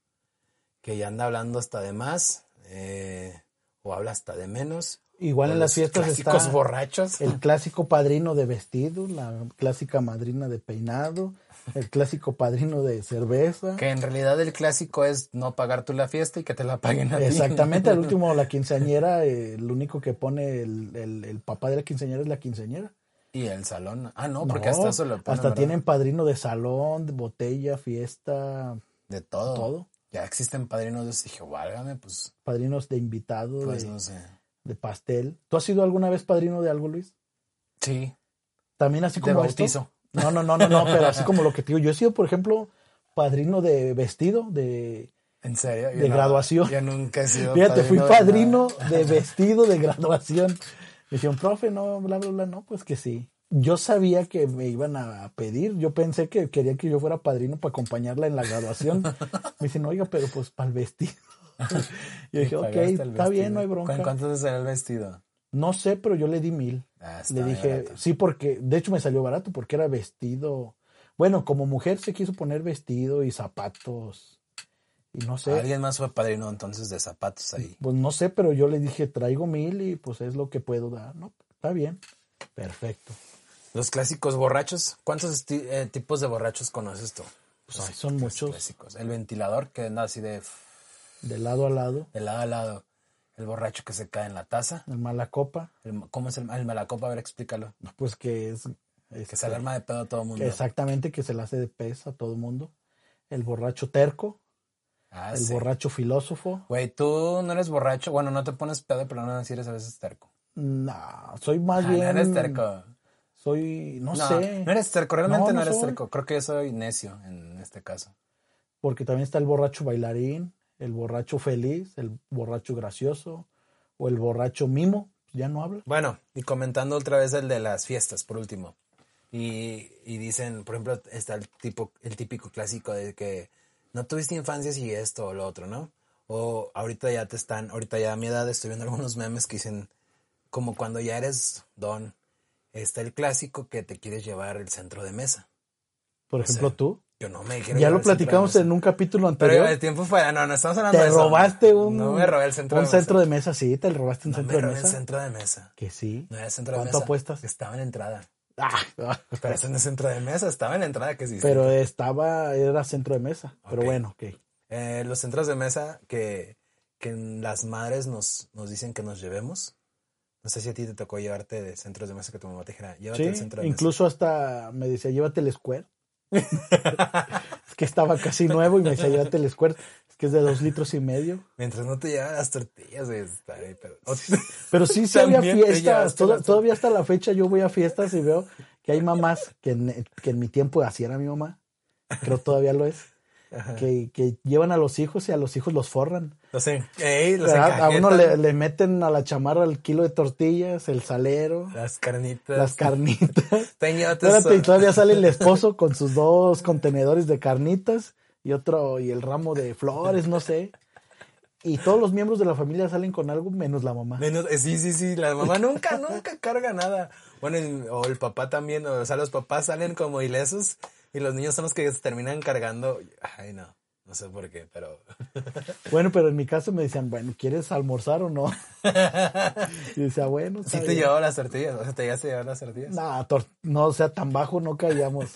B: que ya anda hablando hasta de más, eh, o habla hasta de menos.
A: Igual
B: O
A: en
B: los
A: las fiestas
B: clásicos
A: está
B: borrachos.
A: el clásico padrino de vestido, la clásica madrina de peinado, el clásico padrino de cerveza.
B: Que en realidad el clásico es no pagar tú la fiesta y que te la paguen a ti.
A: Exactamente, al último la quinceañera, eh, el único que pone el, el- el papá de la quinceañera es la quinceañera.
B: Y el salón. Ah, no, porque
A: No,
B: hasta eso lo ponen,
A: hasta
B: ¿verdad?
A: tienen padrino de salón, de botella, fiesta,
B: de todo.
A: todo.
B: Ya existen padrinos. Yo dije, válgame, pues,
A: padrinos de invitado,
B: pues
A: de,
B: no sé.
A: de pastel. ¿Tú has sido alguna vez padrino de algo, Luis?
B: Sí,
A: También así
B: de
A: como esto?
B: bautizo.
A: No, no, no, no, no, pero así como lo que te digo. Yo he sido, por ejemplo, padrino de vestido, de...
B: En serio. yo
A: De graduación.
B: Yo nunca he sido
A: Fíjate, fui
B: de nada.
A: padrino de vestido de graduación. Me dijeron, profe, no, bla, bla, bla, no, pues que sí. Yo sabía que me iban a pedir, yo pensé que quería que yo fuera padrino para acompañarla en la graduación. Me dicen, oiga, pero pues para el vestido. Yo dije, ok,
B: Pagaste el
A: está bien,
B: vestido.
A: no hay bronca.
B: ¿Cu- ¿Cuánto te salió el vestido?
A: No sé, pero yo le di mil.
B: Ah, está
A: Le dije,
B: barato.
A: sí, porque de hecho me salió barato porque era vestido. Bueno, como mujer se quiso poner vestido y zapatos. Y no sé.
B: Alguien más fue padrino entonces de zapatos ahí.
A: Pues no sé, pero yo le dije, traigo mil y pues es lo que puedo dar. No, está bien. Perfecto.
B: Los clásicos borrachos. ¿Cuántos esti- eh, tipos de borrachos conoces tú?
A: Pues ay, son muchos
B: Clásicos. El ventilador que anda así de, pues.
A: de lado a lado.
B: de lado a lado. El borracho que se cae en la taza.
A: El mala copa,
B: El- ¿Cómo es el, el malacopa? A ver, explícalo.
A: no, pues que es.
B: Que
A: este,
B: se alarma de pedo a todo el mundo.
A: Exactamente, que se le hace de pez a todo mundo. El borracho terco,
B: Ah,
A: el
B: sí.
A: borracho filósofo.
B: Güey, tú no eres borracho. Bueno, no te pones pedo, pero no eres a veces terco.
A: No, soy más
B: Ah,
A: bien.
B: no eres terco.
A: Soy, no,
B: No,
A: sé.
B: no eres terco, realmente
A: No,
B: no,
A: no
B: eres
A: soy.
B: terco. Creo que yo soy necio en este caso.
A: Porque también está el borracho bailarín, el borracho feliz, el borracho gracioso o el borracho mimo. Ya no habla.
B: Bueno, y comentando otra vez el de las fiestas, por último. Y, y dicen, por ejemplo, está el, tipo, el típico clásico de que no tuviste infancia si esto o lo otro, ¿no? O ahorita ya te están, ahorita ya a mi edad estoy viendo algunos memes que dicen, como cuando ya eres don, está el clásico que te quieres llevar el centro de mesa.
A: Por
B: sea,
A: ejemplo, tú.
B: Yo no me quiero
A: Ya
B: llevar
A: lo
B: el centro de
A: platicamos
B: mesa.
A: en un capítulo anterior.
B: Pero el tiempo fuera, no, no estamos hablando de
A: te
B: eso.
A: robaste un,
B: No me robé el centro
A: un
B: de mesa.
A: centro de mesa, sí, te robaste un
B: No me
A: centro de
B: robé
A: mesa.
B: el centro de mesa.
A: Que sí.
B: No era centro de mesa.
A: ¿Cuánto apuestas?
B: Estaba en la entrada.
A: Ah,
B: Pero eso no es centro de mesa, estaba en la entrada que existe.
A: pero estaba, era centro de mesa. Pero
B: Ok.
A: bueno, ok.
B: Eh, los centros de mesa que, que las madres nos, nos dicen que nos llevemos. No sé si a ti te tocó llevarte de centros de mesa que tu mamá te dijera, llévate
A: Sí,
B: al centro de
A: incluso hasta me decía, llévate el square. es que estaba casi nuevo y me decía, llévate el square. Es que es de dos litros y medio.
B: mesa. Mientras no te llevan las tortillas, güey, está ahí, pero-
A: Pero sí, sí había
B: También te
A: fiestas.
B: llevaste
A: toda-
B: las-
A: todavía hasta la fecha yo voy a fiestas y veo que hay mamás que en, que en mi tiempo así era mi mamá. Creo todavía lo es. Que, que llevan a los hijos y a los hijos los forran.
B: Los en- ey, los
A: ¿Verdad? A uno le,
B: encajetan,
A: le meten a la chamarra el kilo de tortillas, el salero,
B: las carnitas.
A: las carnitas.
B: Ten, llévate
A: Espérate, y
B: eso.
A: todavía sale el esposo con sus dos contenedores de carnitas y otro, y el ramo de flores, no sé. Y todos los miembros de la familia salen con algo menos la mamá.
B: Menos- eh, sí, sí, sí, la mamá nunca, nunca carga nada. Bueno, el- o el papá también, o sea, los papás salen como ilesos y los niños son los que se terminan cargando. Ay, no, no sé por qué, pero...
A: Bueno, pero en mi caso me decían, bueno, ¿quieres almorzar o no? Y decía, bueno,
B: Sí
A: está
B: te
A: bien".
B: llevaba las tortillas, o sea, te llegaste a llevar las tortillas.
A: Nah, tor- no, o sea, tan bajo no caíamos.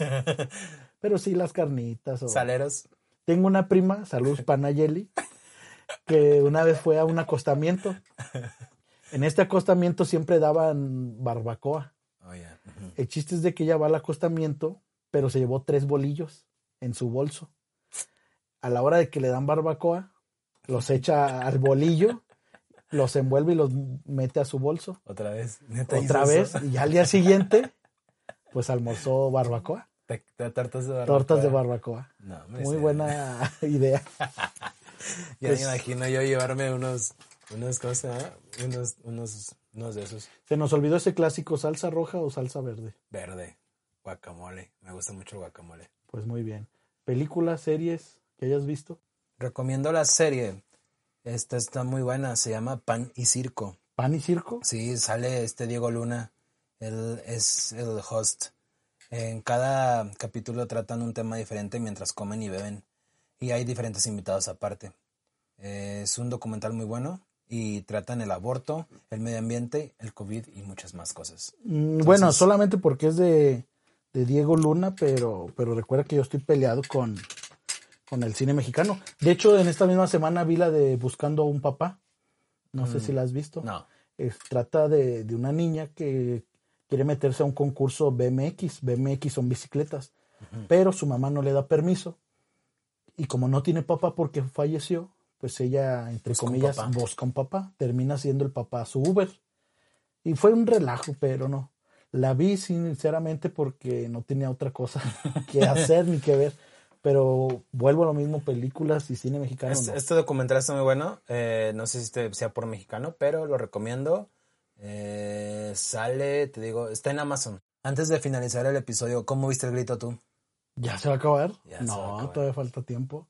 A: Pero sí las carnitas. O...
B: Saleros.
A: Tengo una prima, saludos Panayeli, que una vez fue a un acostamiento. En este acostamiento siempre daban barbacoa.
B: Oh, ya.
A: El chiste es de que ella va al acostamiento, pero se llevó tres bolillos en su bolso. A la hora de que le dan barbacoa, los echa al bolillo, los envuelve y los mete a su bolso
B: Otra vez. Neta,
A: otra
B: hizo
A: vez
B: eso.
A: y ya al día siguiente pues almorzó barbacoa,
B: Te- te- Tortas de barbacoa.
A: tortas de barbacoa.
B: No, hombre,
A: Muy
B: sí.
A: buena idea.
B: Ya
A: Pues-
B: me imagino yo llevarme unos, unos, ¿cómo se llama? Unos, unos, unos de esos
A: Se nos olvidó ese clásico salsa roja o salsa verde.
B: verde. Guacamole. Me gusta mucho el guacamole.
A: Pues muy bien. Películas, series que hayas visto.
B: Recomiendo la serie. Esta está muy buena. Se llama Pan y Circo.
A: Pan y circo.
B: Sí, sale este Diego Luna. Él es el host. En cada capítulo tratan un tema diferente mientras comen y beben. Y hay diferentes invitados aparte. Eh, Es un documental muy bueno y tratan el aborto, el medio ambiente, el COVID y muchas más cosas.
A: Mm, bueno, solamente porque es de, de Diego Luna, pero, pero recuerda que yo estoy peleado con, con el cine mexicano. De hecho, en esta misma semana vi la de Buscando a un papá. No sé si la has visto.
B: No,
A: es- trata de, de una niña que quiere meterse a un concurso BMX. BMX son bicicletas, pero su mamá no le da permiso. Y como no tiene papá porque falleció, pues ella, entre
B: Busca un
A: comillas,
B: papá.
A: busca un papá. Termina siendo el papá su Uber. Y fue un relajo, pero no. La vi sinceramente porque no tenía otra cosa que hacer ni que ver. Pero vuelvo a lo mismo, películas y cine mexicano.
B: Este,
A: no.
B: este documental está muy bueno. eh, no sé si te- sea por mexicano, pero lo recomiendo. Eh, sale, te digo, está en Amazon. Antes de finalizar el episodio, ¿cómo viste el grito tú?
A: ¿Ya se va a acabar?
B: Ya se
A: no,
B: va a acabar.
A: todavía falta tiempo.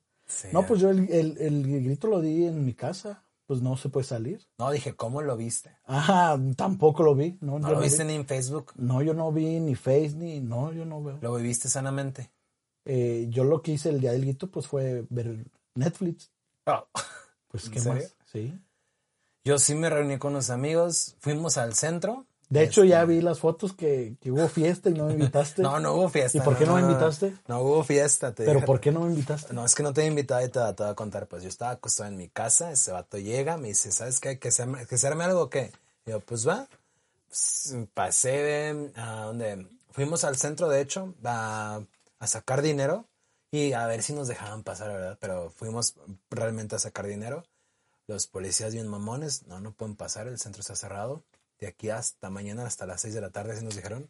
A: No, pues yo el, el- el grito lo di en mi casa, pues no se puede salir.
B: No, dije, ¿cómo lo viste?
A: Ah, tampoco lo vi. No,
B: ¿No
A: yo
B: lo
A: no,
B: viste
A: vi.
B: ni en Facebook?
A: No, yo no vi ni Face ni. No, yo no veo.
B: ¿Lo viviste sanamente?
A: Eh, yo lo que hice el día del grito, pues fue ver Netflix. Pues
B: ¿En
A: qué
B: serio?
A: más. Sí.
B: Yo sí me reuní con unos amigos, fuimos al centro.
A: De hecho,
B: Este,
A: ya vi las fotos que, que hubo fiesta y no me invitaste.
B: No, no hubo fiesta.
A: ¿Y por qué no me invitaste?
B: No, hubo fiesta, te
A: Pero
B: dije.
A: ¿por qué no me invitaste?
B: No, es que no te he invitado y te, te voy a contar. Pues yo estaba acostado en mi casa, ese vato llega, me dice, ¿sabes qué? ¿Que se arme, que se arme algo o qué? Y yo, pues va. Pues, pasé eh, a donde... Fuimos al centro, de hecho, a, a sacar dinero y a ver si nos dejaban pasar, ¿verdad? Pero fuimos realmente a sacar dinero. Los policías bien mamones, no, no pueden pasar, el centro está cerrado. De aquí hasta mañana, hasta las 6 de la tarde, así nos dijeron.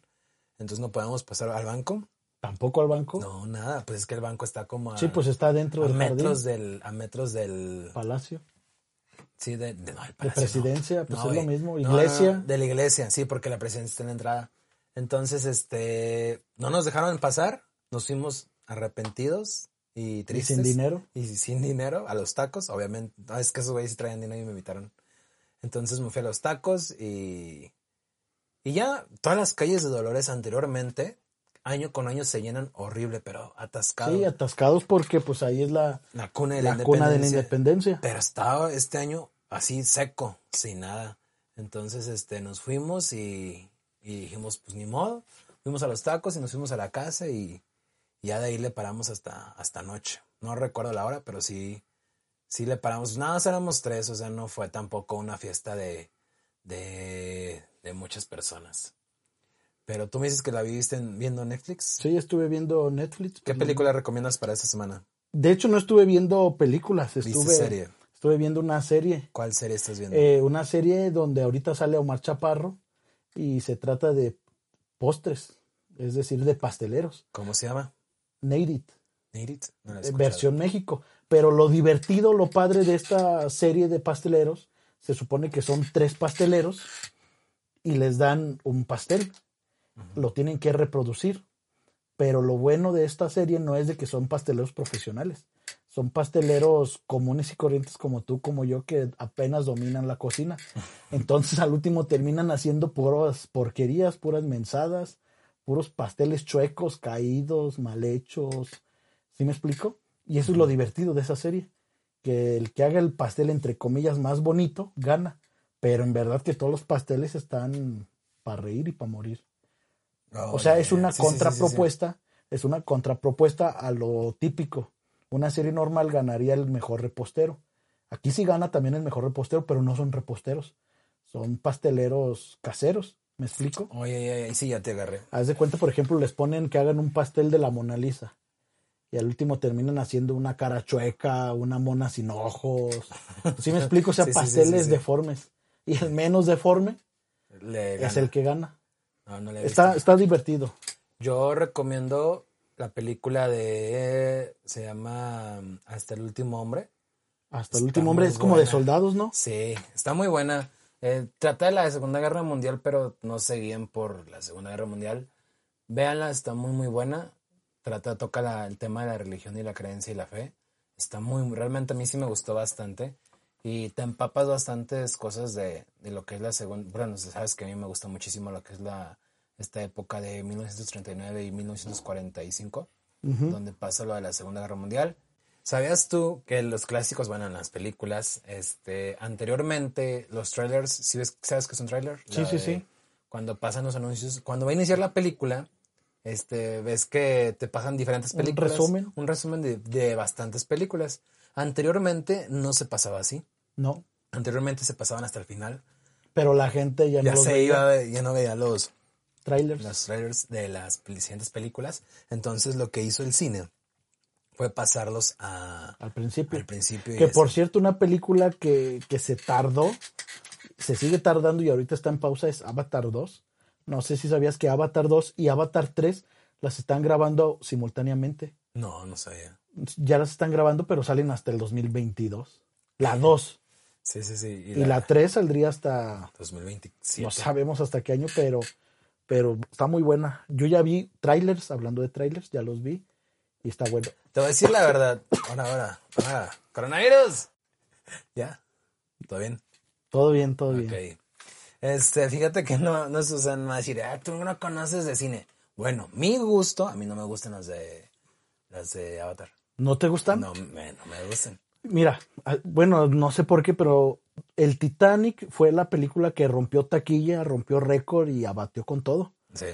B: Entonces no podemos pasar al banco.
A: ¿Tampoco al banco?
B: No, nada, pues es que el banco está como a
A: Sí, pues está dentro
B: a
A: del jardín,
B: metros del a metros del
A: palacio,
B: sí de, de- no, el
A: de
B: palacio, no.
A: presidencia, pues
B: No,
A: es lo
B: eh,
A: mismo.
B: no, no, no,
A: Iglesia.
B: de la iglesia sí porque la presidencia está en la entrada entonces este no nos dejaron pasar nos fuimos arrepentidos y
A: Y
B: tristes
A: sin dinero.
B: y sin dinero a los tacos obviamente no, es que esos güeyes sí traían dinero y me invitaron entonces me fui a los tacos y y ya todas las calles de Dolores anteriormente año con año se llenan horrible pero atascado
A: Sí, atascados porque pues ahí es la,
B: la cuna de la,
A: la cuna de la independencia.
B: Pero estaba este año así seco, sin nada. Entonces, este, nos fuimos y, y dijimos, pues ni modo. Fuimos a los tacos y nos fuimos a la casa y ya de ahí le paramos hasta, hasta noche. No recuerdo la hora, pero sí, sí le paramos. Nada, más éramos tres, o sea, no fue tampoco una fiesta de, de, de muchas personas. Pero tú me dices que la viviste en- viendo Netflix.
A: Sí, estuve viendo Netflix.
B: ¿Qué película recomiendas para esta semana?
A: De hecho, no estuve viendo películas,
B: ¿Viste
A: estuve,
B: serie?
A: estuve viendo una serie.
B: ¿Cuál serie estás viendo?
A: Eh, una serie donde ahorita sale Omar Chaparro y se trata de postres, es decir, de pasteleros.
B: ¿Cómo se llama?
A: Need It,
B: Need It, no la he
A: eh,
B: escuchado.
A: versión México. Pero lo divertido, lo padre de esta serie de pasteleros, se supone que son tres pasteleros y les dan un pastel. Lo tienen que reproducir. Pero lo bueno de esta serie no es de que son pasteleros profesionales, son pasteleros comunes y corrientes como tú, como yo, que apenas dominan la cocina. Entonces al último terminan haciendo puras porquerías, puras mensadas, puros pasteles chuecos, caídos, mal hechos. ¿Sí me explico? Y eso es lo divertido de esa serie, que el que haga el pastel entre comillas más bonito gana, pero en verdad que todos los pasteles están para reír y para morir.
B: Oh,
A: O sea,
B: ya,
A: es
B: ya.
A: una
B: Sí, sí, sí, sí, sí.
A: contrapropuesta, es una contrapropuesta a lo típico. Una serie normal ganaría el mejor repostero. Aquí sí gana también el mejor repostero, pero no son reposteros, son pasteleros caseros, ¿me explico?
B: Oye, oye, oye, sí, ya te agarré.
A: Haz de cuenta, por ejemplo, les ponen que hagan un pastel de la Mona Lisa. Y al último terminan haciendo una cara chueca, una mona sin ojos. ¿Sí me explico? O sea,
B: Sí, sí, sí, sí,
A: pasteles
B: sí.
A: deformes. Y el menos deforme
B: Le
A: es
B: gana.
A: el que gana.
B: No, no le he
A: Está,
B: visto.
A: está divertido.
B: Yo recomiendo la película de. Se llama mm, Hasta el último hombre.
A: Hasta el
B: Está
A: último hombre
B: muy
A: es como de
B: buena.
A: soldados, ¿no?
B: Sí, está muy buena. Eh, trata de la Segunda Guerra Mundial, pero no sé bien por la Segunda Guerra Mundial. Véanla, está muy, muy buena. Trata, toca la- el tema de la religión y la creencia y la fe. Está muy, realmente a mí sí me gustó bastante. Y te empapas bastantes cosas de, de lo que es la segunda. Bueno, sabes que a mí me gusta muchísimo lo que es la esta época de 1939 y 1945 donde pasa lo de la Segunda Guerra Mundial. ¿Sabías tú que los clásicos, bueno, en las películas, este, anteriormente los trailers, ¿sí ves- ¿sabes qué es un trailer?
A: Sí, sí, sí.
B: Cuando pasan los anuncios, cuando va a iniciar la película, este, ves que te pasan diferentes
A: Un
B: películas.
A: resumen.
B: Un resumen de, de bastantes películas. Anteriormente no se pasaba así.
A: No.
B: Anteriormente se pasaban hasta el final.
A: Pero la gente ya,
B: Ya
A: no los
B: se
A: veía.
B: iba, ya no veía los,
A: Trailers.
B: los trailers de las pel- siguientes películas. Entonces lo que hizo el cine fue pasarlos a,
A: Al principio.
B: al principio. y
A: Que
B: así.
A: por cierto, una película que, que se tardó, se sigue tardando y ahorita está en pausa es Avatar 2. No sé si sabías que Avatar 2 y Avatar 3 las están grabando simultáneamente.
B: No, no sabía.
A: Ya las están grabando, pero salen hasta el 2022. La 2
B: Sí, sí, sí. Y,
A: y
B: la,
A: la 3 saldría hasta,
B: 2027.
A: no sabemos hasta qué año, pero, pero está muy buena. Yo ya vi trailers, hablando de trailers, ya los vi y está bueno.
B: Te voy a decir la verdad. Ahora, ahora, ahora. ¡Coronavirus! ¿Ya? ¿Todo bien?
A: Todo bien, todo bien.
B: Ok. Este, fíjate que no, no Susan va a decir, ah, tú no conoces de cine. Bueno, mi gusto, a mí no me gustan las de, las de Avatar.
A: ¿No te gustan?
B: No me, no me gustan.
A: Mira, ah, bueno, no sé por qué, pero el Titanic fue la película que rompió taquilla, rompió récord y abatió con todo.
B: Sí.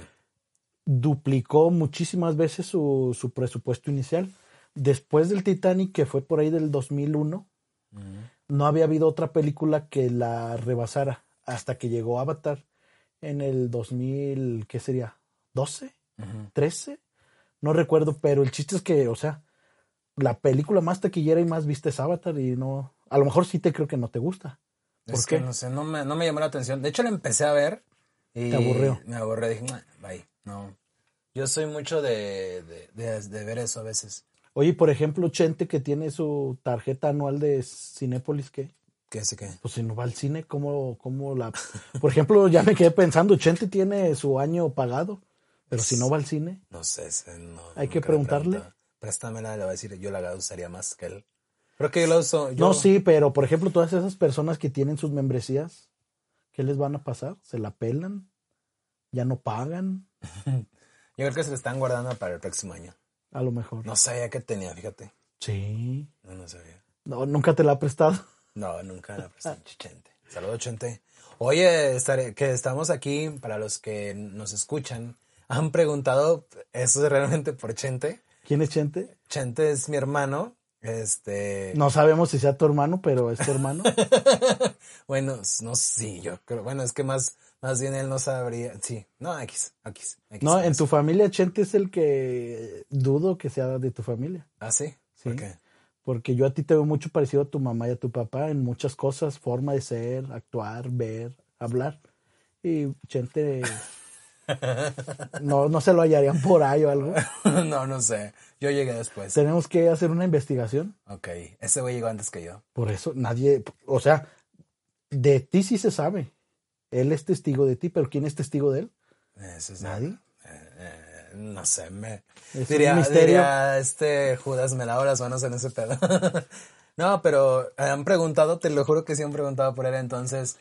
A: Duplicó muchísimas veces su, su presupuesto inicial. Después del Titanic, que fue por ahí del 2001, no había habido otra película que la rebasara hasta que llegó Avatar en el 2000, ¿qué sería? ¿12?
B: Ujú.
A: 13, no recuerdo, pero el chiste es que, o sea, la película más taquillera y más vista es Avatar y no, a lo mejor sí te creo que no te gusta. ¿Por
B: Es
A: qué?
B: que no sé, no me, no me llamó la atención. De hecho, la empecé a ver y
A: Te aburrió.
B: me aburrió. Dije, "Mua, bye, no. Yo soy mucho de, de, de- de ver eso a veces.
A: Oye, por ejemplo, Chente que tiene su tarjeta anual de Cinépolis, ¿qué?
B: ¿Qué sé qué?
A: Pues si no va al cine, ¿cómo, cómo la...? Por ejemplo, ya me quedé pensando, Chente tiene su año pagado, pero si no va al cine,
B: No sé. sé, no-
A: Hay
B: nunca
A: que
B: le he
A: preguntarle.
B: preguntado. Préstamela, le voy a decir, yo la usaría más que él. Creo que yo la uso. Yo,
A: No, sí, pero por ejemplo, todas esas personas que tienen sus membresías, ¿qué les van a pasar? ¿Se la pelan? ¿Ya no pagan?
B: Yo creo que se la están guardando para el próximo año.
A: A lo mejor.
B: No sabía que tenía, fíjate.
A: Sí.
B: No, no sabía.
A: No, nunca te la ha prestado.
B: No, nunca la presté. Chente. Saludos, Chente. Oye, estaré- que estamos aquí, para los que nos escuchan, han preguntado, ¿eso es realmente por Chente?
A: ¿Quién es Chente?
B: Chente es mi hermano. Este,
A: No sabemos si sea tu hermano, pero es tu hermano.
B: bueno, no, sí, yo creo, bueno, es que más, más bien él no sabría, sí, no, X, X, X.
A: No, en tu familia Chente es el que dudo que sea de tu familia.
B: Ah, sí,
A: Sí.
B: ¿por qué?
A: Porque yo a ti te veo mucho parecido a tu mamá y a tu papá en muchas cosas, forma de ser, actuar, ver, hablar. Y Chente no, no se lo hallarían por ahí o algo.
B: no, no sé, yo llegué después.
A: Tenemos que hacer una investigación.
B: Ok, ese güey llegó antes que yo.
A: Por eso nadie, o sea, de ti sí se sabe. Él es testigo de ti, pero ¿quién es testigo de él?
B: Eso es-
A: Nadie.
B: Eh, eh, no sé, me
A: un
B: diría,
A: misterio.
B: diría, este Judas me lavo las manos en ese pedo. no, pero eh, han preguntado, te lo juro que sí han preguntado por él, entonces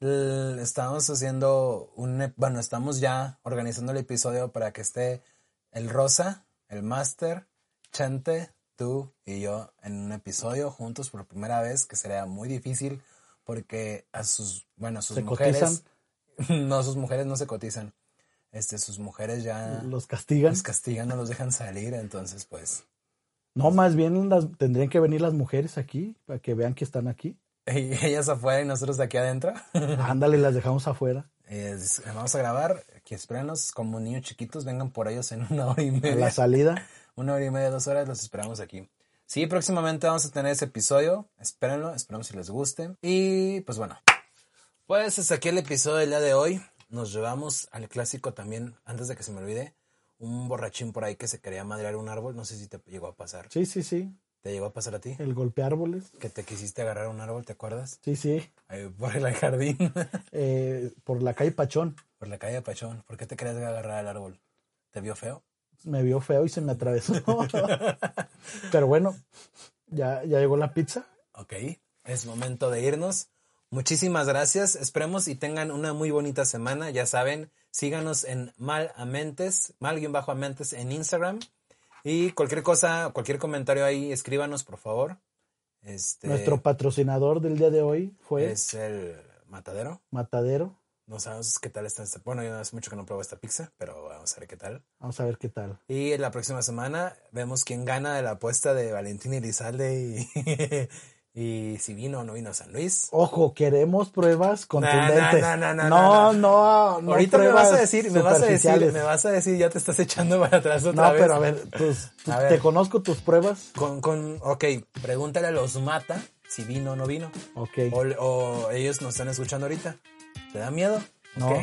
B: l- estamos haciendo un, ep- bueno, estamos ya organizando el episodio para que esté el Rosa, el Master, Chente, tú y yo en un episodio juntos por primera vez, que sería muy difícil porque a sus, bueno, a sus
A: ¿Se
B: mujeres,
A: cotizan?
B: no, sus mujeres no se cotizan. Este, sus mujeres ya
A: Los castigan.
B: los castigan, no los dejan salir, entonces pues,
A: No, más bien las, tendrían que venir las mujeres aquí para que vean que están aquí.
B: y ellas afuera y nosotros de aquí adentro.
A: Ándale, las dejamos afuera.
B: Es- vamos a grabar, que espérenos como niños chiquitos, vengan por ellos en una hora y
A: A
B: media.
A: la salida.
B: Una hora y media, dos horas, los esperamos aquí. Sí, próximamente vamos a tener ese episodio. Espérenlo, esperamos si les guste. Y pues bueno. Pues hasta aquí el episodio del día de hoy. Nos llevamos al clásico también, antes de que se me olvide, un borrachín por ahí que se quería madrear un árbol. No sé si te llegó a pasar.
A: Sí, sí, sí.
B: ¿Te llegó a pasar a ti?
A: El golpe árboles.
B: Que te quisiste agarrar a un árbol, ¿te acuerdas?
A: Sí, sí.
B: Ahí por el jardín,
A: Eh, por la calle Pachón.
B: por la calle de Pachón. ¿Por qué te querías agarrar al árbol? ¿Te vio feo?
A: Me vio feo y se me atravesó. Pero bueno, ya, ya llegó la pizza.
B: Ok, es momento de irnos. Muchísimas gracias. Esperemos y tengan una muy bonita semana. Ya saben, síganos en malamentes, mal-amentes en Instagram. Y cualquier cosa, cualquier comentario ahí, escríbanos, por favor. Este,
A: Nuestro patrocinador del día de hoy fue
B: es el matadero.
A: Matadero.
B: No sabemos qué tal está esta. Bueno, yo hace mucho que no pruebo esta pizza, pero vamos a ver qué tal.
A: Vamos a ver qué tal.
B: Y la próxima semana vemos quién gana de la apuesta de Valentín Elizalde y, y si vino o no vino a San Luis.
A: Ojo, queremos pruebas contundentes.
B: no, no, no,
A: no,
B: no,
A: no, no
B: Ahorita me vas a
A: pruebas
B: decir, me vas a decir,
A: superficiales.
B: me vas a decir, ya te estás echando para atrás otra
A: No,
B: vez.
A: pero a ver, pues, tú-
B: A ver.
A: te conozco tus pruebas.
B: Con, con, ok, pregúntale a los mata si vino o no vino.
A: Ok.
B: O, o ellos nos están escuchando ahorita. ¿Te da miedo?
A: No.
B: Ok.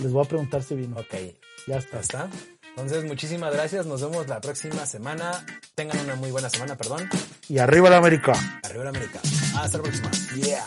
A: Les voy a preguntar si vino.
B: Ok,
A: Ya está.
B: ya está. Entonces, muchísimas gracias. Nos vemos la próxima semana. Tengan una muy buena semana, perdón.
A: Y arriba la América.
B: Arriba la América. Hasta la próxima.
A: Yeah.